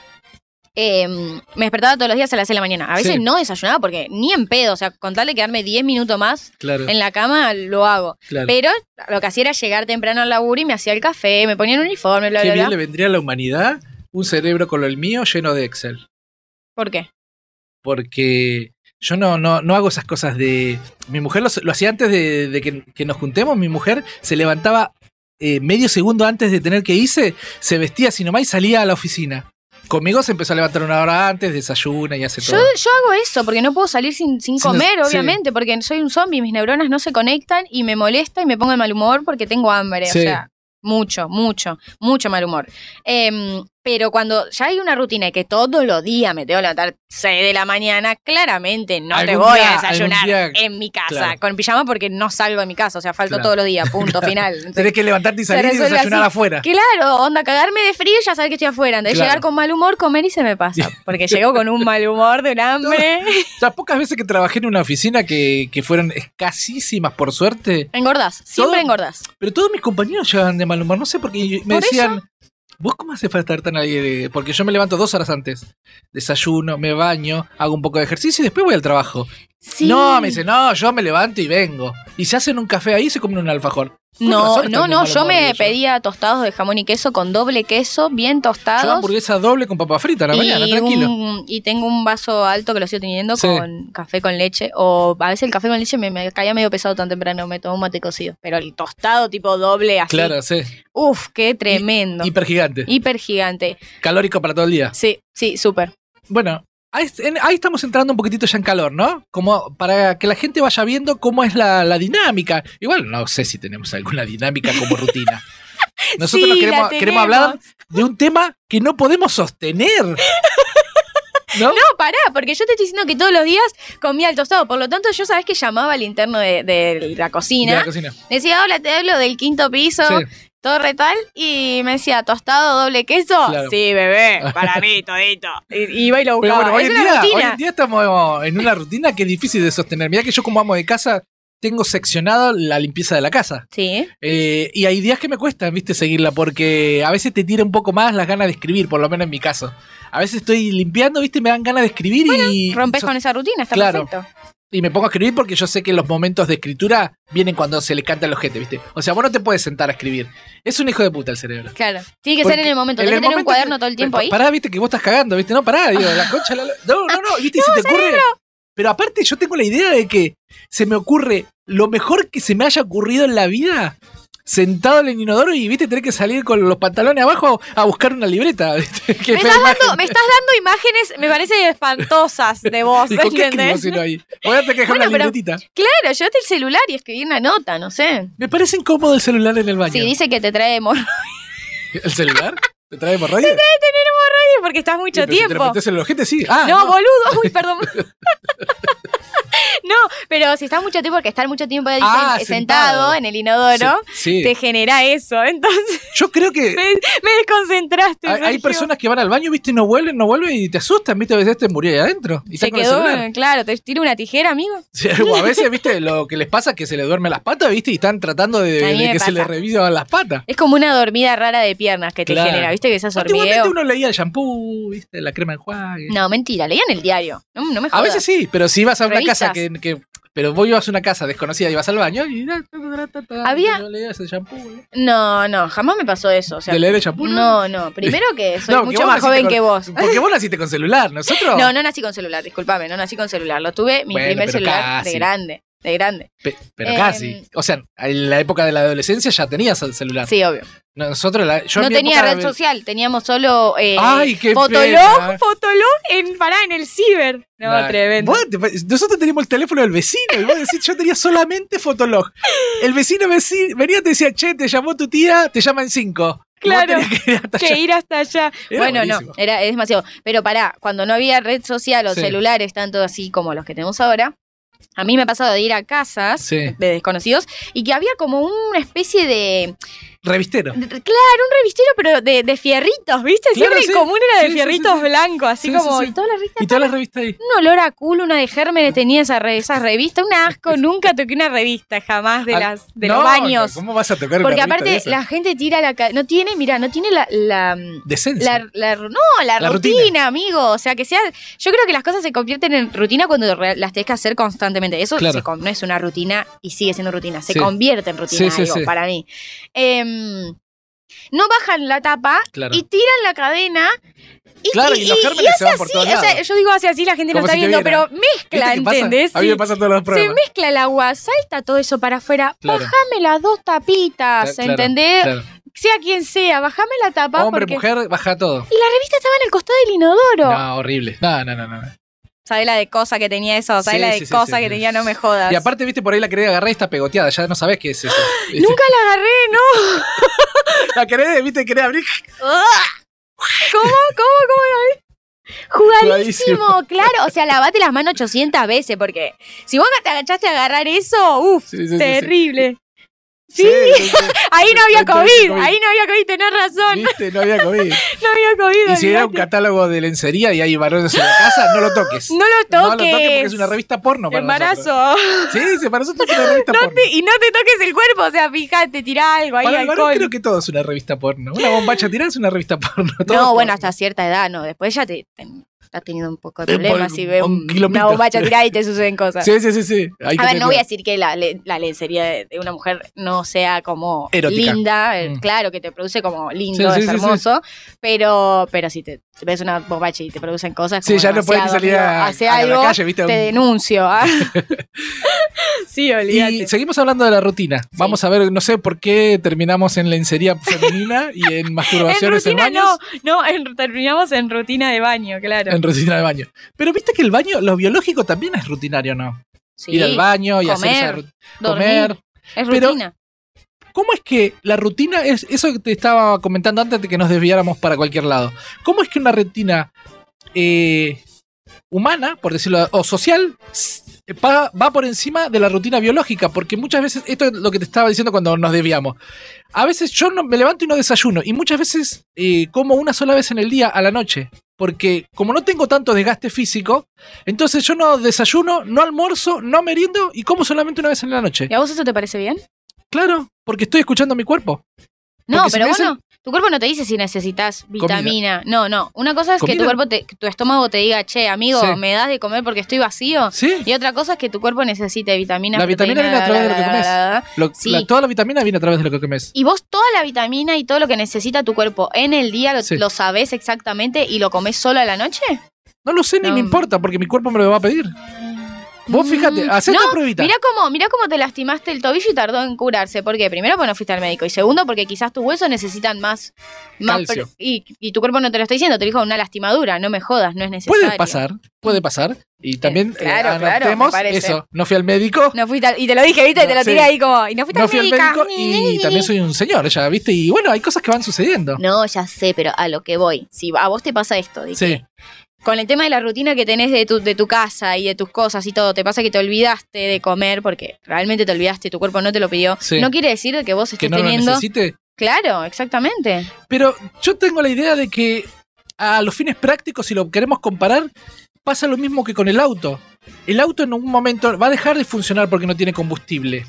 [SPEAKER 3] eh, me despertaba todos los días a las 6 de la mañana. A veces
[SPEAKER 2] Sí.
[SPEAKER 3] no desayunaba porque ni en pedo, o sea, con tal de quedarme 10 minutos más
[SPEAKER 2] Claro,
[SPEAKER 3] en la cama, lo hago.
[SPEAKER 2] claro.
[SPEAKER 3] Pero lo que hacía era llegar temprano al laburo y me hacía el café, me ponía el uniforme, bla,
[SPEAKER 2] Qué
[SPEAKER 3] bla,
[SPEAKER 2] bien
[SPEAKER 3] bla.
[SPEAKER 2] le vendría a la humanidad un cerebro como el mío lleno de Excel.
[SPEAKER 3] ¿Por qué?
[SPEAKER 2] porque yo no, no, no hago esas cosas de... Mi mujer lo, lo hacía antes de, de que, que nos juntemos, mi mujer se levantaba eh, medio segundo antes de tener que irse, se vestía así nomás y salía a la oficina. Conmigo se empezó a levantar una hora antes, desayuna y hace
[SPEAKER 3] Yo,
[SPEAKER 2] todo.
[SPEAKER 3] yo hago eso porque no puedo salir sin, sin
[SPEAKER 2] Sí, no-
[SPEAKER 3] comer,
[SPEAKER 2] sí.
[SPEAKER 3] obviamente, porque soy un zombie, mis neuronas no se conectan y me molesta y me pongo de mal humor porque tengo hambre.
[SPEAKER 2] Sí.
[SPEAKER 3] O sea, mucho, mucho, mucho mal humor. Em, pero cuando ya hay una rutina de que todos los días me tengo que levantar 6 de la mañana, claramente no te
[SPEAKER 2] Algún
[SPEAKER 3] voy
[SPEAKER 2] día,
[SPEAKER 3] a desayunar
[SPEAKER 2] algún día,
[SPEAKER 3] en mi casa
[SPEAKER 2] claro.
[SPEAKER 3] con pijama porque no salgo de mi casa. O sea, falto
[SPEAKER 2] Claro.
[SPEAKER 3] todos los días, punto, final.
[SPEAKER 2] Tenés que levantarte y
[SPEAKER 3] Se
[SPEAKER 2] salir y
[SPEAKER 3] resuelve
[SPEAKER 2] desayunar
[SPEAKER 3] así.
[SPEAKER 2] afuera.
[SPEAKER 3] Claro, onda, cagarme de frío y ya saber que estoy afuera. De
[SPEAKER 2] Claro.
[SPEAKER 3] llegar con mal humor, comer y se me pasa. Porque llego con un mal humor de un hambre.
[SPEAKER 2] Las pocas veces que trabajé en una oficina que, que fueron escasísimas, por suerte,
[SPEAKER 3] Engordás, siempre
[SPEAKER 2] Todo-
[SPEAKER 3] engordás.
[SPEAKER 2] pero todos mis compañeros llegaban de mal humor. No sé por qué. y Me
[SPEAKER 3] ¿Por
[SPEAKER 2] decían, ¿vos cómo haces para estar tan alegre? Porque yo me levanto dos horas antes. Desayuno, me baño, hago un poco de ejercicio y después voy al trabajo.
[SPEAKER 3] Sí.
[SPEAKER 2] No, me dicen, no, yo me levanto y vengo. Y se hacen un café ahí y se comen un alfajor. Con
[SPEAKER 3] No,
[SPEAKER 2] razón están
[SPEAKER 3] no,
[SPEAKER 2] de
[SPEAKER 3] no,
[SPEAKER 2] mal
[SPEAKER 3] yo
[SPEAKER 2] humor,
[SPEAKER 3] me
[SPEAKER 2] digo yo.
[SPEAKER 3] pedía tostados de jamón y queso con doble queso, bien
[SPEAKER 2] Yo
[SPEAKER 3] tostados.
[SPEAKER 2] hamburguesa doble con papa frita a la mañana,
[SPEAKER 3] y,
[SPEAKER 2] tranquilo.
[SPEAKER 3] un- y tengo un vaso alto que lo sigo teniendo
[SPEAKER 2] Sí.
[SPEAKER 3] con café con leche. O a veces el café con leche me, me caía medio pesado tan temprano, me tomo un mate cocido. Pero el tostado tipo doble así.
[SPEAKER 2] Claro, sí.
[SPEAKER 3] Uf, qué tremendo.
[SPEAKER 2] Hiper gigante.
[SPEAKER 3] Hiper gigante.
[SPEAKER 2] Calórico para todo el día.
[SPEAKER 3] Sí, sí, súper.
[SPEAKER 2] Bueno, ahí, est- en- ahí estamos entrando un poquitito ya en calor, ¿no? Como para que la gente vaya viendo cómo es la, la dinámica. Igual no sé si tenemos alguna dinámica como rutina. Nosotros
[SPEAKER 3] Sí,
[SPEAKER 2] nos
[SPEAKER 3] la
[SPEAKER 2] queremos,
[SPEAKER 3] tenemos.
[SPEAKER 2] queremos hablar de un tema que no podemos sostener. ¿No?
[SPEAKER 3] No, pará, porque yo te estoy diciendo que todos los días comía el tostado. Por lo tanto, yo sabés que llamaba al interno de, de la
[SPEAKER 2] De la
[SPEAKER 3] cocina.
[SPEAKER 2] cocina.
[SPEAKER 3] Decía, hola, te hablo del quinto piso.
[SPEAKER 2] Sí.
[SPEAKER 3] torre tal y me decía, ¿tostado doble queso?
[SPEAKER 2] Claro.
[SPEAKER 3] Sí, bebé, para mí, todito. Y, iba y lo
[SPEAKER 2] Pero
[SPEAKER 3] buscaba.
[SPEAKER 2] bueno, hoy
[SPEAKER 3] es
[SPEAKER 2] en,
[SPEAKER 3] una
[SPEAKER 2] día, hoy
[SPEAKER 3] rutina.
[SPEAKER 2] en día estamos en una rutina que es difícil de sostener. Mirá que yo como amo de casa tengo seccionado la limpieza de la casa.
[SPEAKER 3] Sí,
[SPEAKER 2] Eh, y hay días que me cuesta, viste, seguirla, porque a veces te tira un poco más las ganas de escribir, por lo menos en mi caso. A veces estoy limpiando, viste, me dan ganas de escribir y,
[SPEAKER 3] rompes
[SPEAKER 2] so-
[SPEAKER 3] con esa rutina, está
[SPEAKER 2] Claro.
[SPEAKER 3] perfecto.
[SPEAKER 2] y me pongo a escribir porque yo sé que los momentos de escritura vienen cuando se le canta el ojete, viste. O sea, vos no te puedes sentar a escribir. Es un hijo de puta el cerebro.
[SPEAKER 3] Claro, tiene que
[SPEAKER 2] Porque
[SPEAKER 3] ser en el momento.
[SPEAKER 2] en
[SPEAKER 3] Tenés que
[SPEAKER 2] el
[SPEAKER 3] tener un
[SPEAKER 2] momento
[SPEAKER 3] cuaderno
[SPEAKER 2] que-
[SPEAKER 3] todo el tiempo
[SPEAKER 2] pa-
[SPEAKER 3] ahí.
[SPEAKER 2] Pará, viste, que vos estás cagando, viste, no, pará, digo, la concha de la... lo- No, no, no, viste, y se te ocurre... Pero aparte yo tengo la idea de que se me ocurre lo mejor que se me haya ocurrido en la vida sentado en el inodoro y, viste, tener que salir con los pantalones abajo a buscar una libreta, viste, qué
[SPEAKER 3] Me
[SPEAKER 2] fea
[SPEAKER 3] estás,
[SPEAKER 2] imagen.
[SPEAKER 3] dando, me estás dando imágenes, me parece espantosas de vos,
[SPEAKER 2] ¿Y con qué escribo
[SPEAKER 3] ¿entendés?
[SPEAKER 2] si no hay? Voy a tener que dejar
[SPEAKER 3] Bueno,
[SPEAKER 2] una
[SPEAKER 3] pero-
[SPEAKER 2] libretita.
[SPEAKER 3] Claro, llévate el celular y escribí una nota, no sé.
[SPEAKER 2] Me parece incómodo el celular en el baño.
[SPEAKER 3] Sí, dice que te trae hemorroides
[SPEAKER 2] ¿El celular? ¿Te trae hemorroides?
[SPEAKER 3] porque estás
[SPEAKER 2] Sí,
[SPEAKER 3] mucho
[SPEAKER 2] pero si te lo
[SPEAKER 3] tiempo.
[SPEAKER 2] metes en el ojete, sí. Ah,
[SPEAKER 3] No,
[SPEAKER 2] no.
[SPEAKER 3] boludo, uy, perdón. no, pero si estás mucho tiempo, porque estar mucho tiempo ahí
[SPEAKER 2] Ah,
[SPEAKER 3] sen- sentado,
[SPEAKER 2] sentado.
[SPEAKER 3] en el inodoro,
[SPEAKER 2] Sí,
[SPEAKER 3] te genera eso. Entonces
[SPEAKER 2] yo creo que
[SPEAKER 3] me, me desconcentraste.
[SPEAKER 2] Hay, hay
[SPEAKER 3] Sergio.
[SPEAKER 2] personas que van al baño, viste, no vuelven, no vuelven y te asustan, viste, a veces te murió ahí adentro. Y
[SPEAKER 3] Se
[SPEAKER 2] están con el
[SPEAKER 3] quedó,
[SPEAKER 2] celular.
[SPEAKER 3] claro, te tiro una tijera, amigo.
[SPEAKER 2] Sí, o a veces, viste, lo que les pasa es que se les duermen las patas, viste, y están tratando de,
[SPEAKER 3] A mí
[SPEAKER 2] de
[SPEAKER 3] me
[SPEAKER 2] que se les
[SPEAKER 3] pasa.
[SPEAKER 2] revivan las patas.
[SPEAKER 3] Es como una dormida rara de piernas que te
[SPEAKER 2] Claro.
[SPEAKER 3] genera, ¿viste? Que esas
[SPEAKER 2] Antiguamente
[SPEAKER 3] hormigueo.
[SPEAKER 2] uno leía el shampoo, viste, la crema de enjuague.
[SPEAKER 3] No, mentira, leía en el diario. No, no me
[SPEAKER 2] a
[SPEAKER 3] jodas.
[SPEAKER 2] veces sí, pero si vas a una
[SPEAKER 3] Revistas.
[SPEAKER 2] casa que, que- Pero vos ibas a una casa desconocida y vas al baño y.
[SPEAKER 3] Había-
[SPEAKER 2] Yo leía ese shampoo. ¿eh?
[SPEAKER 3] No, no, jamás me pasó eso. O sea,
[SPEAKER 2] ¿De leer el shampoo?
[SPEAKER 3] no, no. Primero que soy
[SPEAKER 2] No, que
[SPEAKER 3] mucho
[SPEAKER 2] vos
[SPEAKER 3] más
[SPEAKER 2] naciste
[SPEAKER 3] joven
[SPEAKER 2] con-
[SPEAKER 3] que vos.
[SPEAKER 2] Porque vos naciste con celular, nosotros.
[SPEAKER 3] No, no nací con celular, discúlpame, no nací con celular. Lo tuve mi
[SPEAKER 2] Bueno,
[SPEAKER 3] primer
[SPEAKER 2] pero
[SPEAKER 3] celular
[SPEAKER 2] casi.
[SPEAKER 3] de grande, de grande.
[SPEAKER 2] Pe- pero
[SPEAKER 3] Eh,
[SPEAKER 2] casi. O sea, en la época de la adolescencia ya tenías el celular.
[SPEAKER 3] Sí, obvio.
[SPEAKER 2] Nosotros la, Ah. yo en
[SPEAKER 3] no
[SPEAKER 2] mi
[SPEAKER 3] tenía
[SPEAKER 2] época
[SPEAKER 3] red
[SPEAKER 2] de-
[SPEAKER 3] social, teníamos solo eh,
[SPEAKER 2] Ay, qué pena.
[SPEAKER 3] Fotolog, Fotolog en pará en el ciber. No,
[SPEAKER 2] Nah.
[SPEAKER 3] tremendo.
[SPEAKER 2] Vos te- nosotros teníamos el teléfono del vecino y vos decís, yo tenía solamente Fotolog. El vecino, veci- venía y te decía, che, te llamó tu tía, te llaman cinco. Y vos
[SPEAKER 3] Claro.
[SPEAKER 2] tenías que ir hasta
[SPEAKER 3] Que
[SPEAKER 2] allá.
[SPEAKER 3] ir hasta allá.
[SPEAKER 2] Era
[SPEAKER 3] bueno,
[SPEAKER 2] buenísimo.
[SPEAKER 3] no, era es demasiado. Pero pará, cuando no había red social o
[SPEAKER 2] Sí.
[SPEAKER 3] celulares tanto así como los que tenemos ahora, a mí me ha pasado de ir a casas
[SPEAKER 2] Sí.
[SPEAKER 3] de desconocidos y que había como una especie de
[SPEAKER 2] Revistero.
[SPEAKER 3] Claro, un revistero, pero de, de fierritos, ¿viste? Siempre
[SPEAKER 2] Claro, sí.
[SPEAKER 3] el común era de
[SPEAKER 2] Sí, sí,
[SPEAKER 3] fierritos
[SPEAKER 2] sí, sí.
[SPEAKER 3] blancos, así
[SPEAKER 2] Sí,
[SPEAKER 3] como.
[SPEAKER 2] sí, sí.
[SPEAKER 3] Y todas las revistas.
[SPEAKER 2] Y todas las revistas ahí.
[SPEAKER 3] Un olor a culo, una de gérmenes tenía esa, re- esa revista. Un asco, nunca toqué una revista jamás de,
[SPEAKER 2] Ah,
[SPEAKER 3] las, de
[SPEAKER 2] No,
[SPEAKER 3] los baños.
[SPEAKER 2] ¿Cómo vas a tocar
[SPEAKER 3] Porque
[SPEAKER 2] una revista de
[SPEAKER 3] aparte,
[SPEAKER 2] esas?
[SPEAKER 3] la gente tira la. ca- No tiene, mira, no tiene la. la
[SPEAKER 2] Decencia.
[SPEAKER 3] la, la- no, la,
[SPEAKER 2] La
[SPEAKER 3] rutina,
[SPEAKER 2] rutina.
[SPEAKER 3] amigo. O sea, que sea. Yo creo que las cosas se convierten en rutina cuando re- las tenés que hacer constantemente. Eso
[SPEAKER 2] Claro.
[SPEAKER 3] se con- no es una rutina y sigue siendo rutina. Se
[SPEAKER 2] Sí.
[SPEAKER 3] convierte en rutina,
[SPEAKER 2] Sí, sí,
[SPEAKER 3] digo,
[SPEAKER 2] sí.
[SPEAKER 3] para mí. Em, no bajan la tapa
[SPEAKER 2] Claro.
[SPEAKER 3] y tiran la cadena. Y,
[SPEAKER 2] Claro, y los gérmenes se
[SPEAKER 3] hace
[SPEAKER 2] van por
[SPEAKER 3] así,
[SPEAKER 2] todos
[SPEAKER 3] o sea,
[SPEAKER 2] lados.
[SPEAKER 3] yo digo hace así, la gente no
[SPEAKER 2] Como
[SPEAKER 3] está
[SPEAKER 2] si te
[SPEAKER 3] viendo,
[SPEAKER 2] vieran.
[SPEAKER 3] pero mezcla,
[SPEAKER 2] ¿Viste qué pasa?
[SPEAKER 3] ¿entendés?
[SPEAKER 2] A mí
[SPEAKER 3] Sí.
[SPEAKER 2] me pasa en todos los
[SPEAKER 3] Se
[SPEAKER 2] programas.
[SPEAKER 3] mezcla el agua, salta todo eso para afuera.
[SPEAKER 2] Claro.
[SPEAKER 3] Bájame las dos tapitas,
[SPEAKER 2] Claro,
[SPEAKER 3] ¿entendés?
[SPEAKER 2] claro.
[SPEAKER 3] Sea quien sea, bájame la tapa
[SPEAKER 2] Hombre,
[SPEAKER 3] porque
[SPEAKER 2] mujer, baja todo.
[SPEAKER 3] y la revista está estaba en el costado del inodoro.
[SPEAKER 2] No, horrible. No, no, no, no.
[SPEAKER 3] ¿Sabes la de cosa que tenía eso? ¿Sabes
[SPEAKER 2] Sí,
[SPEAKER 3] la de
[SPEAKER 2] sí, sí,
[SPEAKER 3] cosa
[SPEAKER 2] sí, sí.
[SPEAKER 3] que tenía? No me jodas.
[SPEAKER 2] Y aparte, viste, por ahí la querés agarrar y está pegoteada, ya no sabés qué es eso. Viste,
[SPEAKER 3] Nunca la agarré, ¿no?
[SPEAKER 2] La querés, viste, querés abrir.
[SPEAKER 3] ¡Ah! ¿Cómo? ¿Cómo? ¿Cómo la vi? Jugadísimo, claro. O sea, lavate las manos 800 veces porque si vos te agachaste a agarrar eso, uff,
[SPEAKER 2] Sí, sí, sí, sí.
[SPEAKER 3] terrible.
[SPEAKER 2] Sí,
[SPEAKER 3] Sí,
[SPEAKER 2] sí,
[SPEAKER 3] ahí no
[SPEAKER 2] No
[SPEAKER 3] había
[SPEAKER 2] había
[SPEAKER 3] COVID,
[SPEAKER 2] COVID.
[SPEAKER 3] ahí no había COVID, tenés
[SPEAKER 2] sí,
[SPEAKER 3] razón,
[SPEAKER 2] viste, no había COVID.
[SPEAKER 3] no había COVID.
[SPEAKER 2] Y si era un
[SPEAKER 3] olvidate.
[SPEAKER 2] catálogo de lencería y hay varones en la casa, no lo toques.
[SPEAKER 3] No lo
[SPEAKER 2] No lo toques
[SPEAKER 3] toques.
[SPEAKER 2] porque es una revista porno para
[SPEAKER 3] Embarazo.
[SPEAKER 2] nosotros. Sí, sí, para nosotros es una revista
[SPEAKER 3] No
[SPEAKER 2] porno.
[SPEAKER 3] te- y no te toques el cuerpo, o sea, fíjate, tirá algo ahí.
[SPEAKER 2] Para el varón
[SPEAKER 3] alcohol.
[SPEAKER 2] creo que todo es una revista porno. Una bombacha tirada es una revista porno. todo
[SPEAKER 3] No,
[SPEAKER 2] es
[SPEAKER 3] bueno,
[SPEAKER 2] porno.
[SPEAKER 3] hasta cierta edad, no. Después ya te, te- estás teniendo un poco de
[SPEAKER 2] Un
[SPEAKER 3] problemas
[SPEAKER 2] poco-
[SPEAKER 3] si ves
[SPEAKER 2] un
[SPEAKER 3] un- una
[SPEAKER 2] kilomito.
[SPEAKER 3] bombacha tirada y te suceden cosas.
[SPEAKER 2] Sí, sí, sí, sí. Hay que
[SPEAKER 3] A ver,
[SPEAKER 2] tener
[SPEAKER 3] no voy
[SPEAKER 2] cuidado.
[SPEAKER 3] a decir que la, le- la lencería de, de una mujer no sea como
[SPEAKER 2] Erótica.
[SPEAKER 3] linda, eh,
[SPEAKER 2] Mm.
[SPEAKER 3] claro que te produce como lindo,
[SPEAKER 2] Sí, sí,
[SPEAKER 3] es
[SPEAKER 2] sí, sí.
[SPEAKER 3] hermoso, pero pero si te ves una bombacha y te producen cosas
[SPEAKER 2] Sí,
[SPEAKER 3] como
[SPEAKER 2] ya no puedes ni
[SPEAKER 3] demasiado,
[SPEAKER 2] salir a,
[SPEAKER 3] amigo, hace
[SPEAKER 2] a
[SPEAKER 3] algo,
[SPEAKER 2] la calle, ¿viste?
[SPEAKER 3] te denuncio. ah. sí, olvídate.
[SPEAKER 2] Y seguimos hablando de la rutina. Vamos a ver, no sé por qué terminamos en lencería femenina y en
[SPEAKER 3] en
[SPEAKER 2] masturbaciones en,
[SPEAKER 3] rutina
[SPEAKER 2] baños.
[SPEAKER 3] no, no, en- terminamos en rutina de baño, claro.
[SPEAKER 2] En rutina de baño. Pero viste que el baño, lo biológico también es rutinario, ¿no?
[SPEAKER 3] sí,
[SPEAKER 2] Ir al baño y hacer esa
[SPEAKER 3] comer,
[SPEAKER 2] rutina.
[SPEAKER 3] dormir,
[SPEAKER 2] Comer.
[SPEAKER 3] es
[SPEAKER 2] pero-
[SPEAKER 3] rutina.
[SPEAKER 2] ¿Cómo es que la rutina es eso que te estaba comentando antes de que nos desviáramos para cualquier lado? ¿Cómo es que una rutina eh, humana, por decirlo, o social, s- va, va por encima de la rutina biológica? Porque muchas veces, esto es lo que te estaba diciendo cuando nos desviamos. A veces yo no, me levanto y no desayuno, y muchas veces eh, como una sola vez en el día a la noche. Porque como no tengo tanto desgaste físico, entonces yo no desayuno, no almuerzo, no meriendo y como solamente una vez en la noche.
[SPEAKER 3] ¿Y a vos eso te parece bien?
[SPEAKER 2] Claro, porque estoy escuchando a mi cuerpo.
[SPEAKER 3] No,
[SPEAKER 2] Porque si
[SPEAKER 3] pero
[SPEAKER 2] me
[SPEAKER 3] bueno,
[SPEAKER 2] hacen-
[SPEAKER 3] tu cuerpo no te dice si necesitas vitamina. No, no. Una cosa es que tu
[SPEAKER 2] ¿Comida?
[SPEAKER 3] cuerpo, te- que tu estómago te diga, che, amigo,
[SPEAKER 2] Sí.
[SPEAKER 3] me das de comer porque estoy vacío.
[SPEAKER 2] Sí,
[SPEAKER 3] Y otra cosa es que tu cuerpo necesite vitaminas.
[SPEAKER 2] La vitamina
[SPEAKER 3] proteínas,
[SPEAKER 2] viene a
[SPEAKER 3] bla,
[SPEAKER 2] través de lo
[SPEAKER 3] bla,
[SPEAKER 2] que
[SPEAKER 3] bla, bla, bla.
[SPEAKER 2] lo-
[SPEAKER 3] Sí.
[SPEAKER 2] la- toda la vitamina viene a través de lo que comes.
[SPEAKER 3] Y vos toda la vitamina y todo lo que necesita tu cuerpo en el día lo,
[SPEAKER 2] Sí.
[SPEAKER 3] lo sabés exactamente y lo comés solo a la noche.
[SPEAKER 2] No lo sé ni
[SPEAKER 3] No.
[SPEAKER 2] me importa porque mi cuerpo me lo va a pedir. Vos
[SPEAKER 3] Mm,
[SPEAKER 2] fíjate, hacé
[SPEAKER 3] no,
[SPEAKER 2] una pruebita.
[SPEAKER 3] Mirá cómo, mirá cómo te lastimaste el tobillo y tardó en curarse. ¿Por qué? Primero, porque no fuiste al médico. Y segundo, porque quizás tus huesos necesitan más. más
[SPEAKER 2] Calcio.
[SPEAKER 3] pro- y, y tu cuerpo no te lo está diciendo. Te dijo una lastimadura. No me jodas, no es necesario.
[SPEAKER 2] Puede pasar, puede pasar. Y también eh,
[SPEAKER 3] claro, claro, me
[SPEAKER 2] anotemos
[SPEAKER 3] parece.
[SPEAKER 2] eso. No fui al médico,
[SPEAKER 3] No fuiste al- y te lo dije, ¿viste? y te lo
[SPEAKER 2] No, sí.
[SPEAKER 3] tiré ahí como. Y no fuiste
[SPEAKER 2] no
[SPEAKER 3] al
[SPEAKER 2] fui
[SPEAKER 3] médico.
[SPEAKER 2] al médico y también soy un señor ya, ¿viste? Y bueno, hay cosas que van sucediendo.
[SPEAKER 3] No, ya sé, pero a lo que voy. Si a vos te pasa esto, de que
[SPEAKER 2] Sí,
[SPEAKER 3] con el tema de la rutina que tenés de tu, de tu casa y de tus cosas y todo, te pasa que te olvidaste de comer porque realmente te olvidaste, tu cuerpo no te lo pidió.
[SPEAKER 2] Sí.
[SPEAKER 3] No quiere decir que vos
[SPEAKER 2] que
[SPEAKER 3] estés
[SPEAKER 2] no
[SPEAKER 3] teniendo.
[SPEAKER 2] lo necesite.
[SPEAKER 3] Claro, exactamente.
[SPEAKER 2] Pero yo tengo la idea de que a los fines prácticos, si lo queremos comparar, pasa lo mismo que con el auto. El auto en algún momento va a dejar de funcionar porque no tiene combustible.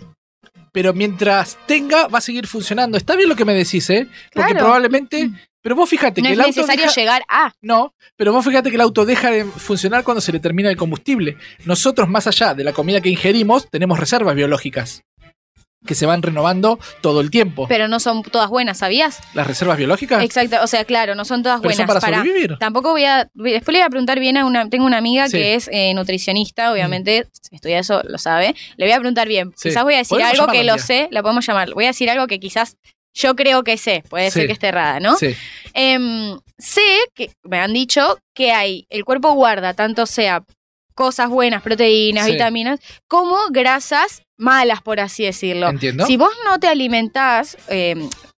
[SPEAKER 2] Pero mientras tenga, va a seguir funcionando. Está bien lo que me decís, ¿eh? Porque
[SPEAKER 3] Claro. Mm.
[SPEAKER 2] probablemente... Pero vos fíjate
[SPEAKER 3] no
[SPEAKER 2] que
[SPEAKER 3] es
[SPEAKER 2] el auto...
[SPEAKER 3] necesario
[SPEAKER 2] deja-
[SPEAKER 3] llegar a.
[SPEAKER 2] no, pero vos fíjate que el auto deja de funcionar cuando se le termina el combustible. Nosotros, más allá de la comida que ingerimos, tenemos reservas biológicas. Que se van renovando todo el tiempo.
[SPEAKER 3] Pero no son todas buenas, ¿sabías?
[SPEAKER 2] Las reservas biológicas
[SPEAKER 3] Exacto, o sea, claro, no son todas
[SPEAKER 2] Ah. pero son
[SPEAKER 3] buenas.
[SPEAKER 2] para
[SPEAKER 3] Pará.
[SPEAKER 2] sobrevivir.
[SPEAKER 3] Tampoco voy a. Después le voy a preguntar bien a una. Tengo una amiga
[SPEAKER 2] Sí.
[SPEAKER 3] que es eh, nutricionista, obviamente, estudia eso, lo sabe. Le voy a preguntar bien.
[SPEAKER 2] Sí.
[SPEAKER 3] Quizás voy a decir
[SPEAKER 2] Podemos
[SPEAKER 3] algo que
[SPEAKER 2] llamarla
[SPEAKER 3] lo
[SPEAKER 2] un día.
[SPEAKER 3] sé, la podemos llamar. Voy a decir algo que quizás yo creo que sé. Puede
[SPEAKER 2] Sí.
[SPEAKER 3] ser que esté errada, ¿no?
[SPEAKER 2] Sí.
[SPEAKER 3] Em, sé que me han dicho que hay. El cuerpo guarda, tanto sea cosas buenas, proteínas,
[SPEAKER 2] Sí.
[SPEAKER 3] vitaminas, como grasas malas, por así decirlo.
[SPEAKER 2] Entiendo.
[SPEAKER 3] Si vos no te alimentás, eh,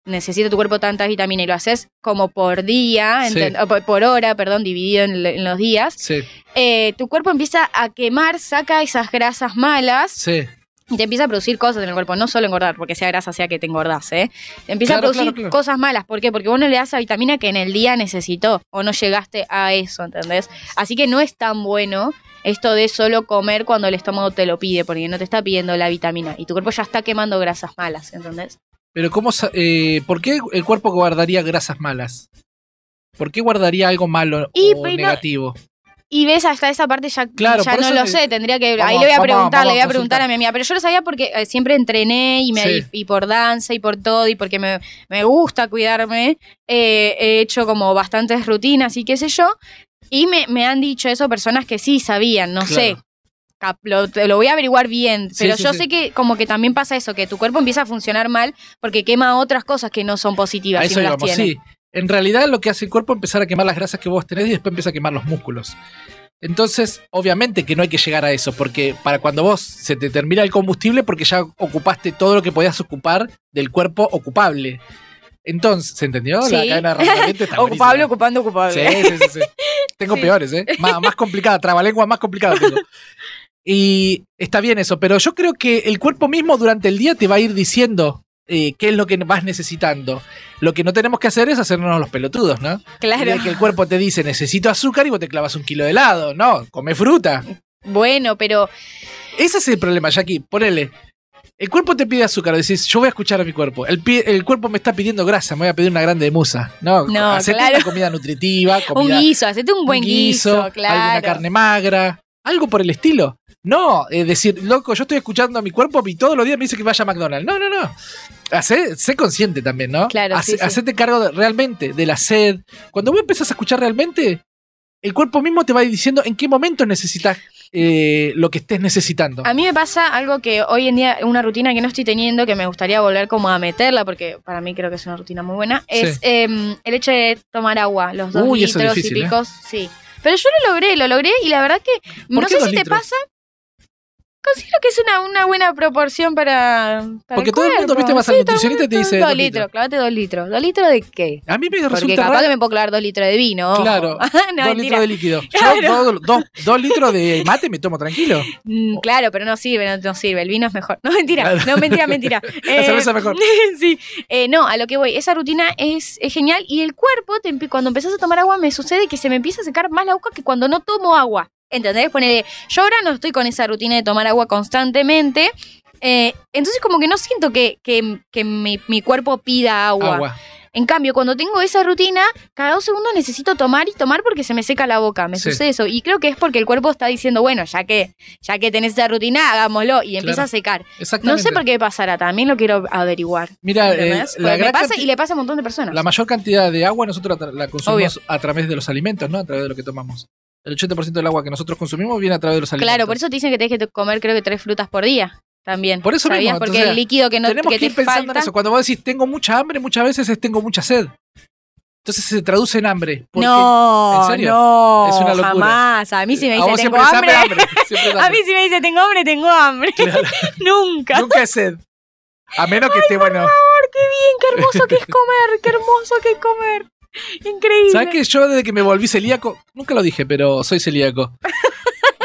[SPEAKER 3] necesita tu cuerpo tantas vitaminas y lo haces como por día,
[SPEAKER 2] Sí.
[SPEAKER 3] enten- o por- por hora, perdón, dividido en, en los días,
[SPEAKER 2] Sí,
[SPEAKER 3] eh, tu cuerpo empieza a quemar, saca esas grasas malas
[SPEAKER 2] sí.
[SPEAKER 3] y te empieza a producir cosas en el cuerpo. No solo engordar, porque sea grasa sea que te engordás, ¿eh? Te empieza
[SPEAKER 2] Claro,
[SPEAKER 3] a producir
[SPEAKER 2] claro, claro.
[SPEAKER 3] cosas malas. ¿Por qué? Porque vos no le das la vitamina que en el día necesitó o no llegaste a eso, ¿entendés? Así que no es tan bueno. Esto de solo comer cuando el estómago te lo pide, porque no te está pidiendo la vitamina y tu cuerpo ya está quemando grasas malas, ¿entendés?
[SPEAKER 2] Pero ¿cómo, sa- eh, ¿por qué el cuerpo guardaría grasas malas? ¿Por qué guardaría algo malo
[SPEAKER 3] Y,
[SPEAKER 2] o
[SPEAKER 3] pero-
[SPEAKER 2] negativo?
[SPEAKER 3] Y ves hasta esa parte ya,
[SPEAKER 2] Claro,
[SPEAKER 3] ya
[SPEAKER 2] por
[SPEAKER 3] no
[SPEAKER 2] eso
[SPEAKER 3] lo
[SPEAKER 2] te-
[SPEAKER 3] sé, tendría que
[SPEAKER 2] Vamos
[SPEAKER 3] ahí
[SPEAKER 2] a-
[SPEAKER 3] le voy a
[SPEAKER 2] vamos a-
[SPEAKER 3] preguntar,
[SPEAKER 2] vamos
[SPEAKER 3] le voy
[SPEAKER 2] a
[SPEAKER 3] a preguntar
[SPEAKER 2] consultar.
[SPEAKER 3] a mi amiga, pero yo lo sabía porque eh, siempre entrené y me
[SPEAKER 2] Sí.
[SPEAKER 3] di- y por danza y por todo y porque me, me gusta cuidarme, eh, he hecho como bastantes rutinas y qué sé yo, y me, me han dicho eso personas que sí sabían, no sé.
[SPEAKER 2] Claro.
[SPEAKER 3] cap- Lo, te- lo voy a averiguar bien,
[SPEAKER 2] Sí,
[SPEAKER 3] pero
[SPEAKER 2] sí,
[SPEAKER 3] yo
[SPEAKER 2] sí.
[SPEAKER 3] sé que como que también pasa eso, que tu cuerpo empieza a funcionar mal porque quema otras cosas que no son positivas.
[SPEAKER 2] A
[SPEAKER 3] si
[SPEAKER 2] eso
[SPEAKER 3] no las
[SPEAKER 2] íbamos,
[SPEAKER 3] tiene.
[SPEAKER 2] sí. En realidad lo que hace el cuerpo es empezar a quemar las grasas que vos tenés y después empieza a quemar los músculos. Entonces, obviamente que no hay que llegar a eso, porque para cuando vos se te termina el combustible, porque ya ocupaste todo lo que podías ocupar del cuerpo ocupable. Entonces, ¿se entendió? La
[SPEAKER 3] Sí.
[SPEAKER 2] cadena de razonamiento está
[SPEAKER 3] Ocupable,
[SPEAKER 2] buenísima.
[SPEAKER 3] ocupando, ocupable.
[SPEAKER 2] Sí, sí, sí, sí. Tengo
[SPEAKER 3] Sí.
[SPEAKER 2] peores, ¿eh? Má- más complicada, trabalengua más complicada tengo. Y está bien eso, pero yo creo que el cuerpo mismo durante el día te va a ir diciendo eh, qué es lo que vas necesitando. Lo que no tenemos que hacer es hacernos los pelotudos, ¿no?
[SPEAKER 3] Claro.
[SPEAKER 2] De que el cuerpo te dice necesito azúcar y vos te clavas un kilo de helado, no, come fruta.
[SPEAKER 3] Bueno, pero
[SPEAKER 2] Ese es el problema, Jackie, ponele. El cuerpo te pide azúcar, decís, yo voy a escuchar a mi cuerpo. El, pi- el cuerpo me está pidiendo grasa, me voy a pedir una grande de musa. No,
[SPEAKER 3] No,
[SPEAKER 2] hacete
[SPEAKER 3] claro.
[SPEAKER 2] una comida nutritiva, comida
[SPEAKER 3] un guiso, hacete un
[SPEAKER 2] un
[SPEAKER 3] buen guiso,
[SPEAKER 2] alguna
[SPEAKER 3] claro.
[SPEAKER 2] carne magra, algo por el estilo. No, es decir, loco, yo estoy escuchando a mi cuerpo y todos los días me dice que vaya a McDonald's. No, no, no. Hacé- sé consciente también, ¿no?
[SPEAKER 3] Claro, sí, sí.
[SPEAKER 2] Hacete cargo de- realmente de la sed. Cuando vos empezás a escuchar realmente, el cuerpo mismo te va diciendo en qué momento necesitas eh, lo que estés necesitando.
[SPEAKER 3] A mí me pasa algo que hoy en día, una rutina que no estoy teniendo, que me gustaría volver como a meterla, porque para mí creo que es una rutina muy buena, es
[SPEAKER 2] Sí.
[SPEAKER 3] em, el hecho de tomar agua, los dos
[SPEAKER 2] Uy, eso es
[SPEAKER 3] litros
[SPEAKER 2] difícil,
[SPEAKER 3] y
[SPEAKER 2] ¿eh?
[SPEAKER 3] picos, sí. Pero yo lo logré, lo logré y la verdad que
[SPEAKER 2] ¿Por
[SPEAKER 3] no
[SPEAKER 2] qué
[SPEAKER 3] sé
[SPEAKER 2] dos
[SPEAKER 3] si te
[SPEAKER 2] litros?
[SPEAKER 3] pasa. Considero que es una, una buena proporción para, para
[SPEAKER 2] Porque todo el mundo,
[SPEAKER 3] cuerpo.
[SPEAKER 2] viste, vas al
[SPEAKER 3] Sí, todo el
[SPEAKER 2] nutricionista y te
[SPEAKER 3] mundo,
[SPEAKER 2] dice
[SPEAKER 3] Dos
[SPEAKER 2] dos
[SPEAKER 3] litros,
[SPEAKER 2] litros.
[SPEAKER 3] clavate dos litros. ¿Dos litros de qué?
[SPEAKER 2] A mí me
[SPEAKER 3] Porque
[SPEAKER 2] resulta
[SPEAKER 3] capaz
[SPEAKER 2] raro.
[SPEAKER 3] que me puedo clavar dos litros de vino. ojo.
[SPEAKER 2] Claro,
[SPEAKER 3] no,
[SPEAKER 2] dos
[SPEAKER 3] mentira.
[SPEAKER 2] litros de líquido. Yo
[SPEAKER 3] Claro.
[SPEAKER 2] dos, dos- dos litros de mate me tomo tranquilo.
[SPEAKER 3] Mm, claro, pero no sirve, no, no sirve. El vino es mejor. No, mentira,
[SPEAKER 2] Claro.
[SPEAKER 3] no, mentira, mentira.
[SPEAKER 2] La cerveza mejor.
[SPEAKER 3] sí. Eh, no, a lo que voy. Esa rutina es, es genial y el cuerpo, te empie- cuando empezás a tomar agua, me sucede que se me empieza a secar más la boca que cuando no tomo agua. ¿Entendés? Ponele, yo ahora no estoy con esa rutina de tomar agua constantemente. eh, entonces como que no siento que, que- que mi, mi cuerpo pida agua.
[SPEAKER 2] Agua.
[SPEAKER 3] En cambio, cuando tengo esa rutina, cada dos segundos necesito tomar y tomar porque se me seca la boca. Me
[SPEAKER 2] Sí.
[SPEAKER 3] sucede eso. Y creo que es porque el cuerpo está diciendo, bueno, ya que, ya que tenés esa rutina, hagámoslo. Y
[SPEAKER 2] Claro.
[SPEAKER 3] empieza a secar. No
[SPEAKER 2] Exactamente.
[SPEAKER 3] sé por qué pasará, también lo quiero averiguar.
[SPEAKER 2] Mira, eh,
[SPEAKER 3] ¿entendés?
[SPEAKER 2] la,
[SPEAKER 3] Porque me
[SPEAKER 2] gran
[SPEAKER 3] pasa
[SPEAKER 2] canti-
[SPEAKER 3] y le pasa a un montón de personas.
[SPEAKER 2] la mayor cantidad de agua nosotros atra- la consumimos a través de los alimentos, ¿no? A través de lo que tomamos. El 80% del agua que nosotros consumimos viene a través de los alimentos.
[SPEAKER 3] Claro, por eso te dicen que tenés que comer creo que tres frutas por día. También.
[SPEAKER 2] Por eso
[SPEAKER 3] ¿Sabías?
[SPEAKER 2] mismo,
[SPEAKER 3] Porque
[SPEAKER 2] entonces,
[SPEAKER 3] el líquido que no
[SPEAKER 2] Tenemos
[SPEAKER 3] que
[SPEAKER 2] que
[SPEAKER 3] te
[SPEAKER 2] ir pensando
[SPEAKER 3] falta.
[SPEAKER 2] en eso. Cuando vos decís tengo mucha hambre, muchas veces es tengo mucha sed. Entonces se traduce en hambre. porque
[SPEAKER 3] no,
[SPEAKER 2] ¿En serio?
[SPEAKER 3] no,
[SPEAKER 2] Es una locura.
[SPEAKER 3] jamás. A mí si me
[SPEAKER 2] a
[SPEAKER 3] dice
[SPEAKER 2] vos
[SPEAKER 3] tengo
[SPEAKER 2] siempre es
[SPEAKER 3] hambre,
[SPEAKER 2] hambre. siempre es
[SPEAKER 3] a mí
[SPEAKER 2] hambre.
[SPEAKER 3] si me dice tengo hambre, tengo hambre.
[SPEAKER 2] Claro,
[SPEAKER 3] Nunca.
[SPEAKER 2] nunca es sed. A menos que esté bueno.
[SPEAKER 3] qué bien, qué hermoso que es comer, qué hermoso que es comer. Increíble.
[SPEAKER 2] ¿Sabes que yo desde que me volví celíaco, nunca lo dije, pero soy celíaco?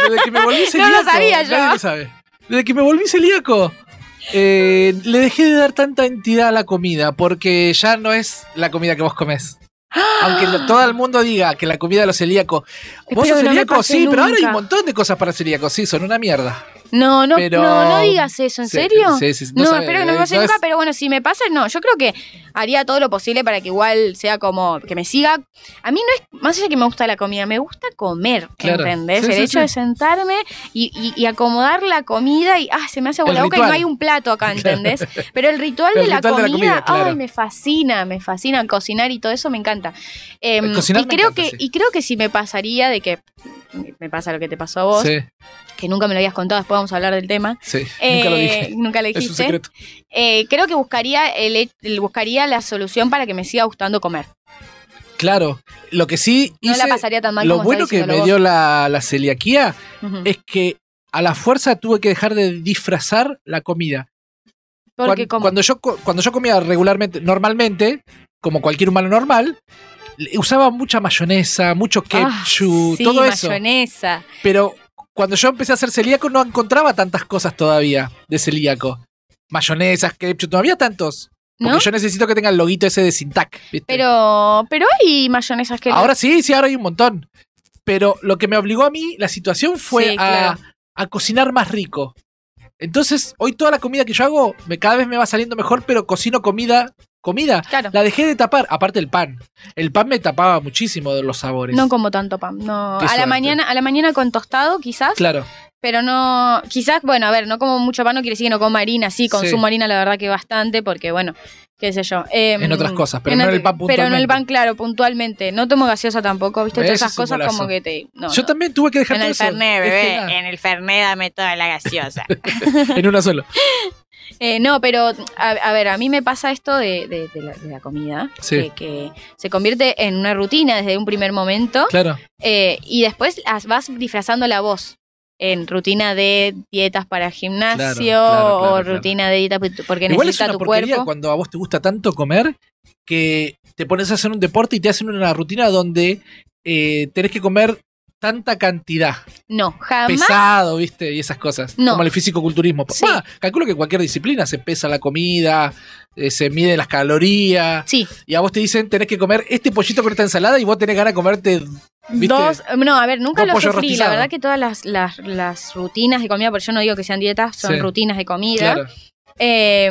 [SPEAKER 2] Desde que me volví celíaco.
[SPEAKER 3] sabía yo.
[SPEAKER 2] nadie lo sabe. Desde que me volví celíaco, eh, le dejé de dar tanta entidad a la comida, porque ya no es la comida que vos comés. Aunque lo- todo el mundo diga que la comida de los celíacos. ¿Vos
[SPEAKER 3] Espero
[SPEAKER 2] sos
[SPEAKER 3] que no me
[SPEAKER 2] celíaco?
[SPEAKER 3] pase
[SPEAKER 2] sí, pero ahora hay
[SPEAKER 3] nunca.
[SPEAKER 2] un montón de cosas para celíacos. Sí, son una mierda.
[SPEAKER 3] No, no,
[SPEAKER 2] Pero-
[SPEAKER 3] no, no digas eso, ¿en
[SPEAKER 2] Sí,
[SPEAKER 3] serio?
[SPEAKER 2] Sí, sí,
[SPEAKER 3] No,
[SPEAKER 2] sabés,
[SPEAKER 3] espero que no me
[SPEAKER 2] eh,
[SPEAKER 3] pase
[SPEAKER 2] no
[SPEAKER 3] nunca,
[SPEAKER 2] es-
[SPEAKER 3] pero bueno, si me pasa, no. Yo creo que haría todo lo posible para que igual sea como que me siga. A mí no es más allá que me gusta la comida, me gusta comer,
[SPEAKER 2] Claro.
[SPEAKER 3] ¿entendés?
[SPEAKER 2] Sí,
[SPEAKER 3] El
[SPEAKER 2] sí,
[SPEAKER 3] hecho
[SPEAKER 2] sí.
[SPEAKER 3] de sentarme y, y- y acomodar la comida y ah, se me hace agua
[SPEAKER 2] El
[SPEAKER 3] la boca y
[SPEAKER 2] ritual.
[SPEAKER 3] no hay un plato acá, ¿entendés? Pero el ritual,
[SPEAKER 2] El
[SPEAKER 3] de, la
[SPEAKER 2] ritual de la
[SPEAKER 3] comida,
[SPEAKER 2] comida, claro.
[SPEAKER 3] ay, me fascina, me fascina cocinar y todo eso me encanta. Em,
[SPEAKER 2] Eh, cocinar
[SPEAKER 3] y
[SPEAKER 2] me
[SPEAKER 3] creo
[SPEAKER 2] encanta,
[SPEAKER 3] que
[SPEAKER 2] sí.
[SPEAKER 3] y creo que si me pasaría de que me pasa lo que te pasó a vos,
[SPEAKER 2] Sí,
[SPEAKER 3] que nunca me lo habías contado, después vamos a hablar del tema.
[SPEAKER 2] sí. nunca lo
[SPEAKER 3] Eh,
[SPEAKER 2] dije.
[SPEAKER 3] Nunca lo
[SPEAKER 2] Es un
[SPEAKER 3] dijiste.
[SPEAKER 2] secreto.
[SPEAKER 3] Eh, creo que buscaría el, he- el- buscaría la solución para que me siga gustando comer.
[SPEAKER 2] Claro. Lo que sí
[SPEAKER 3] No
[SPEAKER 2] hice.
[SPEAKER 3] la pasaría tan mal
[SPEAKER 2] lo
[SPEAKER 3] como
[SPEAKER 2] bueno
[SPEAKER 3] está
[SPEAKER 2] que me
[SPEAKER 3] diciéndolo
[SPEAKER 2] dio la, la celiaquía
[SPEAKER 3] vos. Ujú.
[SPEAKER 2] es que a la fuerza tuve que dejar de disfrazar la comida.
[SPEAKER 3] Porque
[SPEAKER 2] Cuan-
[SPEAKER 3] como-
[SPEAKER 2] cuando, yo, co- cuando yo comía regularmente, normalmente, como cualquier humano normal, le- usaba mucha mayonesa, mucho
[SPEAKER 3] Ah,
[SPEAKER 2] ketchup,
[SPEAKER 3] sí,
[SPEAKER 2] todo eso.
[SPEAKER 3] mayonesa.
[SPEAKER 2] Pero cuando yo empecé a ser celíaco no encontraba tantas cosas todavía de celíaco. Mayonesas, ketchup, no había tantos. Porque
[SPEAKER 3] ¿No?
[SPEAKER 2] yo necesito que tenga el loguito ese de Sintac. ¿viste?
[SPEAKER 3] Pero, pero hay mayonesas que no-
[SPEAKER 2] Ahora sí, sí, ahora hay un montón. Pero lo que me obligó a mí, la situación fue
[SPEAKER 3] Sí,
[SPEAKER 2] a,
[SPEAKER 3] claro.
[SPEAKER 2] a cocinar más rico. Entonces, hoy toda la comida que yo hago, me, cada vez me va saliendo mejor, pero cocino comida, comida.
[SPEAKER 3] Claro,
[SPEAKER 2] La dejé de tapar, aparte el pan. El pan me tapaba muchísimo de los sabores.
[SPEAKER 3] no como tanto pan. No.
[SPEAKER 2] Qué
[SPEAKER 3] A la
[SPEAKER 2] suerte.
[SPEAKER 3] mañana, a la mañana con tostado quizás.
[SPEAKER 2] claro,
[SPEAKER 3] pero no, quizás, bueno, a ver, no como mucho pan, no quiere decir que no coma harina, sí, consumo
[SPEAKER 2] Sí.
[SPEAKER 3] harina la verdad que bastante, porque bueno, qué sé yo. Em,
[SPEAKER 2] En otras cosas, pero no en
[SPEAKER 3] otro-
[SPEAKER 2] el pan
[SPEAKER 3] Pero no en el
[SPEAKER 2] puntualmente.
[SPEAKER 3] pan, claro, puntualmente. No tomo gaseosa tampoco, viste,
[SPEAKER 2] Ese
[SPEAKER 3] todas esas
[SPEAKER 2] es un
[SPEAKER 3] cosas
[SPEAKER 2] golazo.
[SPEAKER 3] como que te... no,
[SPEAKER 2] yo
[SPEAKER 3] no.
[SPEAKER 2] también tuve que dejar
[SPEAKER 3] En
[SPEAKER 2] todo
[SPEAKER 3] el
[SPEAKER 2] eso.
[SPEAKER 3] Fernet,
[SPEAKER 2] Es
[SPEAKER 3] bebé,
[SPEAKER 2] que nada,
[SPEAKER 3] en el Fernet dame toda la gaseosa.
[SPEAKER 2] en una sola.
[SPEAKER 3] Eh, no, pero a, a ver, a mí me pasa esto de, de- de la, de la comida,
[SPEAKER 2] Sí.
[SPEAKER 3] que, que se convierte en una rutina desde un primer momento
[SPEAKER 2] Claro.
[SPEAKER 3] eh, y después las vas disfrazando la voz en rutina de dietas para gimnasio
[SPEAKER 2] claro, claro,
[SPEAKER 3] o
[SPEAKER 2] claro.
[SPEAKER 3] rutina de dieta pu- porque
[SPEAKER 2] Igual es
[SPEAKER 3] necesita
[SPEAKER 2] una
[SPEAKER 3] tu
[SPEAKER 2] porquería
[SPEAKER 3] cuerpo.
[SPEAKER 2] cuando a vos te gusta tanto comer que te pones a hacer un deporte y te hacen una rutina donde eh, tenés que comer tanta cantidad.
[SPEAKER 3] No, jamás.
[SPEAKER 2] pesado, ¿viste? Y esas cosas.
[SPEAKER 3] No.
[SPEAKER 2] Como el fisicoculturismo.
[SPEAKER 3] Sí.
[SPEAKER 2] Ah, calculo que en cualquier disciplina se pesa la comida, eh, se mide las calorías.
[SPEAKER 3] Sí,
[SPEAKER 2] Y a vos te dicen, tenés que comer este pollito con esta ensalada y vos tenés ganas de comerte. ¿Viste?
[SPEAKER 3] Dos, no, a ver, nunca
[SPEAKER 2] Dos
[SPEAKER 3] lo
[SPEAKER 2] pollos
[SPEAKER 3] sufrí.
[SPEAKER 2] rostizados.
[SPEAKER 3] La verdad que todas las, las, las rutinas de comida, porque yo no digo que sean dietas, son
[SPEAKER 2] Sí.
[SPEAKER 3] rutinas de comida.
[SPEAKER 2] Claro.
[SPEAKER 3] Eh,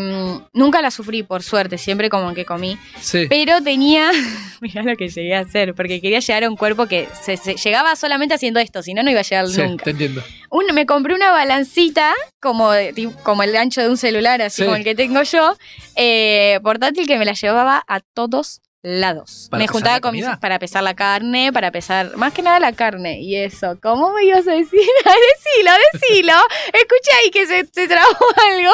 [SPEAKER 3] nunca las sufrí, por suerte, siempre como que comí.
[SPEAKER 2] Sí.
[SPEAKER 3] Pero tenía, mirá lo que llegué a hacer, porque quería llegar a un cuerpo que se, se- llegaba solamente haciendo esto, si no, no iba a llegar
[SPEAKER 2] Sí,
[SPEAKER 3] nunca.
[SPEAKER 2] te entiendo.
[SPEAKER 3] Un- me compré una balancita, como, de- ti- como el ancho de un celular, así
[SPEAKER 2] Sí.
[SPEAKER 3] como el que tengo yo, eh, portátil que me la llevaba a todos lados.
[SPEAKER 2] ¿Para
[SPEAKER 3] me
[SPEAKER 2] pesar
[SPEAKER 3] juntaba
[SPEAKER 2] la
[SPEAKER 3] con mis-
[SPEAKER 2] comida?
[SPEAKER 3] para pesar la carne, para pesar, más que nada la carne. Y eso, ¿cómo me ibas a decir? Ah, decilo, decilo. Escucha ahí que se, se trabó algo.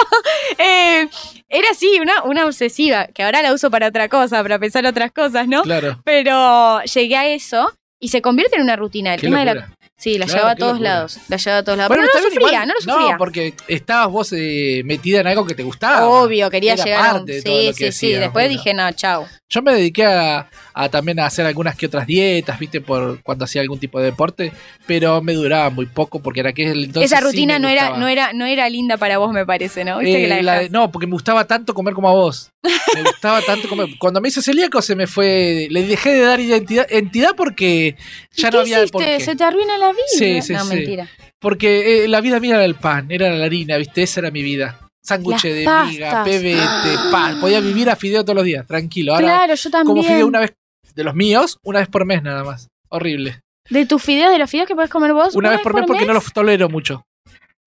[SPEAKER 3] Eh, era así, una, una obsesiva, que ahora la uso para otra cosa, para pensar otras cosas, ¿no?
[SPEAKER 2] Claro.
[SPEAKER 3] Pero llegué a eso y se convierte en una rutina. El
[SPEAKER 2] Qué
[SPEAKER 3] tema de la
[SPEAKER 2] locura.
[SPEAKER 3] Sí, la
[SPEAKER 2] Claro,
[SPEAKER 3] llevaba a
[SPEAKER 2] qué
[SPEAKER 3] todos
[SPEAKER 2] locura.
[SPEAKER 3] lados. La llevaba a todos lados.
[SPEAKER 2] Bueno, está
[SPEAKER 3] pero no lo
[SPEAKER 2] bien,
[SPEAKER 3] sufría,
[SPEAKER 2] igual-
[SPEAKER 3] no lo sufría.
[SPEAKER 2] No, porque estabas vos eh, metida en algo que te gustaba.
[SPEAKER 3] Obvio, quería
[SPEAKER 2] Era
[SPEAKER 3] llegar a un...
[SPEAKER 2] parte de
[SPEAKER 3] Sí,
[SPEAKER 2] todo lo que
[SPEAKER 3] sí, sí.
[SPEAKER 2] decías,
[SPEAKER 3] Después
[SPEAKER 2] bueno.
[SPEAKER 3] dije, no, chau.
[SPEAKER 2] Yo me dediqué a, a también a hacer algunas que otras dietas, viste, por cuando hacía algún tipo de deporte, pero me duraba muy poco porque era aquel entonces.
[SPEAKER 3] Esa
[SPEAKER 2] sí me
[SPEAKER 3] rutina no era,
[SPEAKER 2] gustaba.
[SPEAKER 3] no era, no era linda para vos, me parece, ¿no? Viste
[SPEAKER 2] Eh,
[SPEAKER 3] que la
[SPEAKER 2] la de-
[SPEAKER 3] dejás.
[SPEAKER 2] no, porque me gustaba tanto comer como a vos. Me gustaba tanto comer. Cuando me hice celíaco se me fue. Le dejé de dar identidad, entidad porque
[SPEAKER 3] ¿Y
[SPEAKER 2] ya
[SPEAKER 3] qué
[SPEAKER 2] no había
[SPEAKER 3] hiciste?
[SPEAKER 2] por qué.
[SPEAKER 3] Se te arruina la vida.
[SPEAKER 2] Sí, sí,
[SPEAKER 3] no,
[SPEAKER 2] sí.
[SPEAKER 3] mentira.
[SPEAKER 2] Porque eh, la vida mía era el pan, era la harina, ¿viste? Esa era mi vida. Sándwich
[SPEAKER 3] Las
[SPEAKER 2] de miga,
[SPEAKER 3] pastas. Ah.
[SPEAKER 2] pebete, pan. Podía vivir a fideo todos los días, tranquilo. Ahora,
[SPEAKER 3] Claro, yo también.
[SPEAKER 2] como fideo una vez de los míos, una vez por mes nada más. Horrible.
[SPEAKER 3] De tus fideos, de los fideos que podés comer vos.
[SPEAKER 2] Una vez por mes porque no los tolero mucho.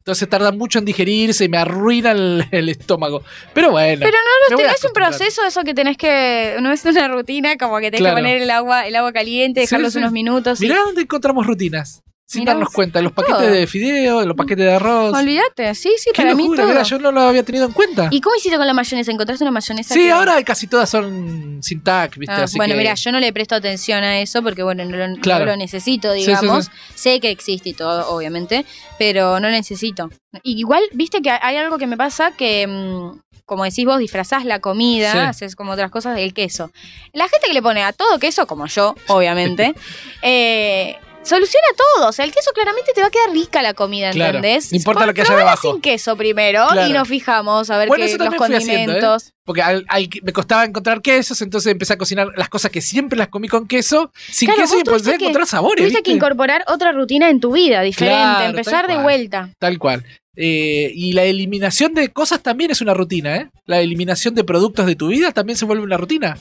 [SPEAKER 2] Entonces tardan mucho en digerirse y me arruina el, el estómago. Pero bueno.
[SPEAKER 3] Pero
[SPEAKER 2] me voy a
[SPEAKER 3] Tenés un
[SPEAKER 2] acostumbrar.
[SPEAKER 3] proceso eso que tenés que. No es una rutina, como que tenés
[SPEAKER 2] Claro.
[SPEAKER 3] que poner el agua, el agua caliente,
[SPEAKER 2] Sí,
[SPEAKER 3] dejarlos
[SPEAKER 2] sí.
[SPEAKER 3] unos minutos. y-
[SPEAKER 2] Mirá dónde encontramos rutinas. Sin
[SPEAKER 3] ¿Ah, Mirá,
[SPEAKER 2] darnos cuenta. Los
[SPEAKER 3] todo.
[SPEAKER 2] paquetes de fideo, los paquetes de arroz.
[SPEAKER 3] Olvídate, sí, sí,
[SPEAKER 2] Qué
[SPEAKER 3] para mí
[SPEAKER 2] locura,
[SPEAKER 3] todo.
[SPEAKER 2] mirá, yo no lo había tenido en cuenta.
[SPEAKER 3] ¿Y cómo hiciste con la mayonesa? ¿Encontraste una mayonesa?
[SPEAKER 2] Sí,
[SPEAKER 3] que-
[SPEAKER 2] ahora casi todas son sin tac, ¿viste?
[SPEAKER 3] Ah,
[SPEAKER 2] Así
[SPEAKER 3] bueno,
[SPEAKER 2] que-
[SPEAKER 3] mira, yo no le presto atención a eso porque, bueno, no lo, no
[SPEAKER 2] Claro.
[SPEAKER 3] lo necesito,
[SPEAKER 2] Sí, sí,
[SPEAKER 3] digamos.
[SPEAKER 2] sí.
[SPEAKER 3] Sé que existe y todo, obviamente, pero no lo necesito. Y Igual, viste que hay algo que me pasa que, mm, como decís vos, disfrazás la comida,
[SPEAKER 2] Sí.
[SPEAKER 3] haces como otras cosas, el queso. La gente que le pone a todo queso, como yo, obviamente, eh, soluciona todo. O sea, el queso claramente te va a quedar rica la comida,
[SPEAKER 2] Claro.
[SPEAKER 3] ¿entendés?
[SPEAKER 2] No importa
[SPEAKER 3] Pon-
[SPEAKER 2] lo que haya
[SPEAKER 3] probala
[SPEAKER 2] debajo.
[SPEAKER 3] sin queso primero
[SPEAKER 2] Claro.
[SPEAKER 3] y nos fijamos a ver
[SPEAKER 2] Bueno,
[SPEAKER 3] qué-
[SPEAKER 2] eso
[SPEAKER 3] los
[SPEAKER 2] también fui haciendo, ¿eh?
[SPEAKER 3] condimentos.
[SPEAKER 2] Porque al- al que- me costaba encontrar quesos, entonces empecé a cocinar las cosas que siempre las comí con queso, sin
[SPEAKER 3] Claro,
[SPEAKER 2] queso
[SPEAKER 3] vos
[SPEAKER 2] y empecé a
[SPEAKER 3] tuviste que-
[SPEAKER 2] encontrar sabores.
[SPEAKER 3] Tuviste que
[SPEAKER 2] ¿viste?
[SPEAKER 3] incorporar otra rutina en tu vida diferente,
[SPEAKER 2] Claro,
[SPEAKER 3] empezar
[SPEAKER 2] tal
[SPEAKER 3] de
[SPEAKER 2] cual.
[SPEAKER 3] vuelta.
[SPEAKER 2] Tal cual. Eh, y la eliminación de cosas también es una rutina, ¿eh? La eliminación de productos de tu vida también se vuelve una rutina.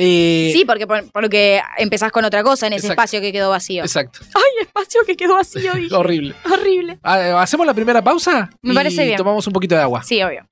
[SPEAKER 2] Eh,
[SPEAKER 3] sí, porque, por- porque empezás con otra cosa en ese
[SPEAKER 2] Exacto.
[SPEAKER 3] espacio que quedó vacío.
[SPEAKER 2] Exacto.
[SPEAKER 3] Ay, espacio que quedó vacío, dije.
[SPEAKER 2] Horrible.
[SPEAKER 3] Horrible.
[SPEAKER 2] Ah, ¿Hacemos la primera pausa?
[SPEAKER 3] Me
[SPEAKER 2] y
[SPEAKER 3] parece bien.
[SPEAKER 2] Tomamos un poquito de agua.
[SPEAKER 3] Sí, obvio.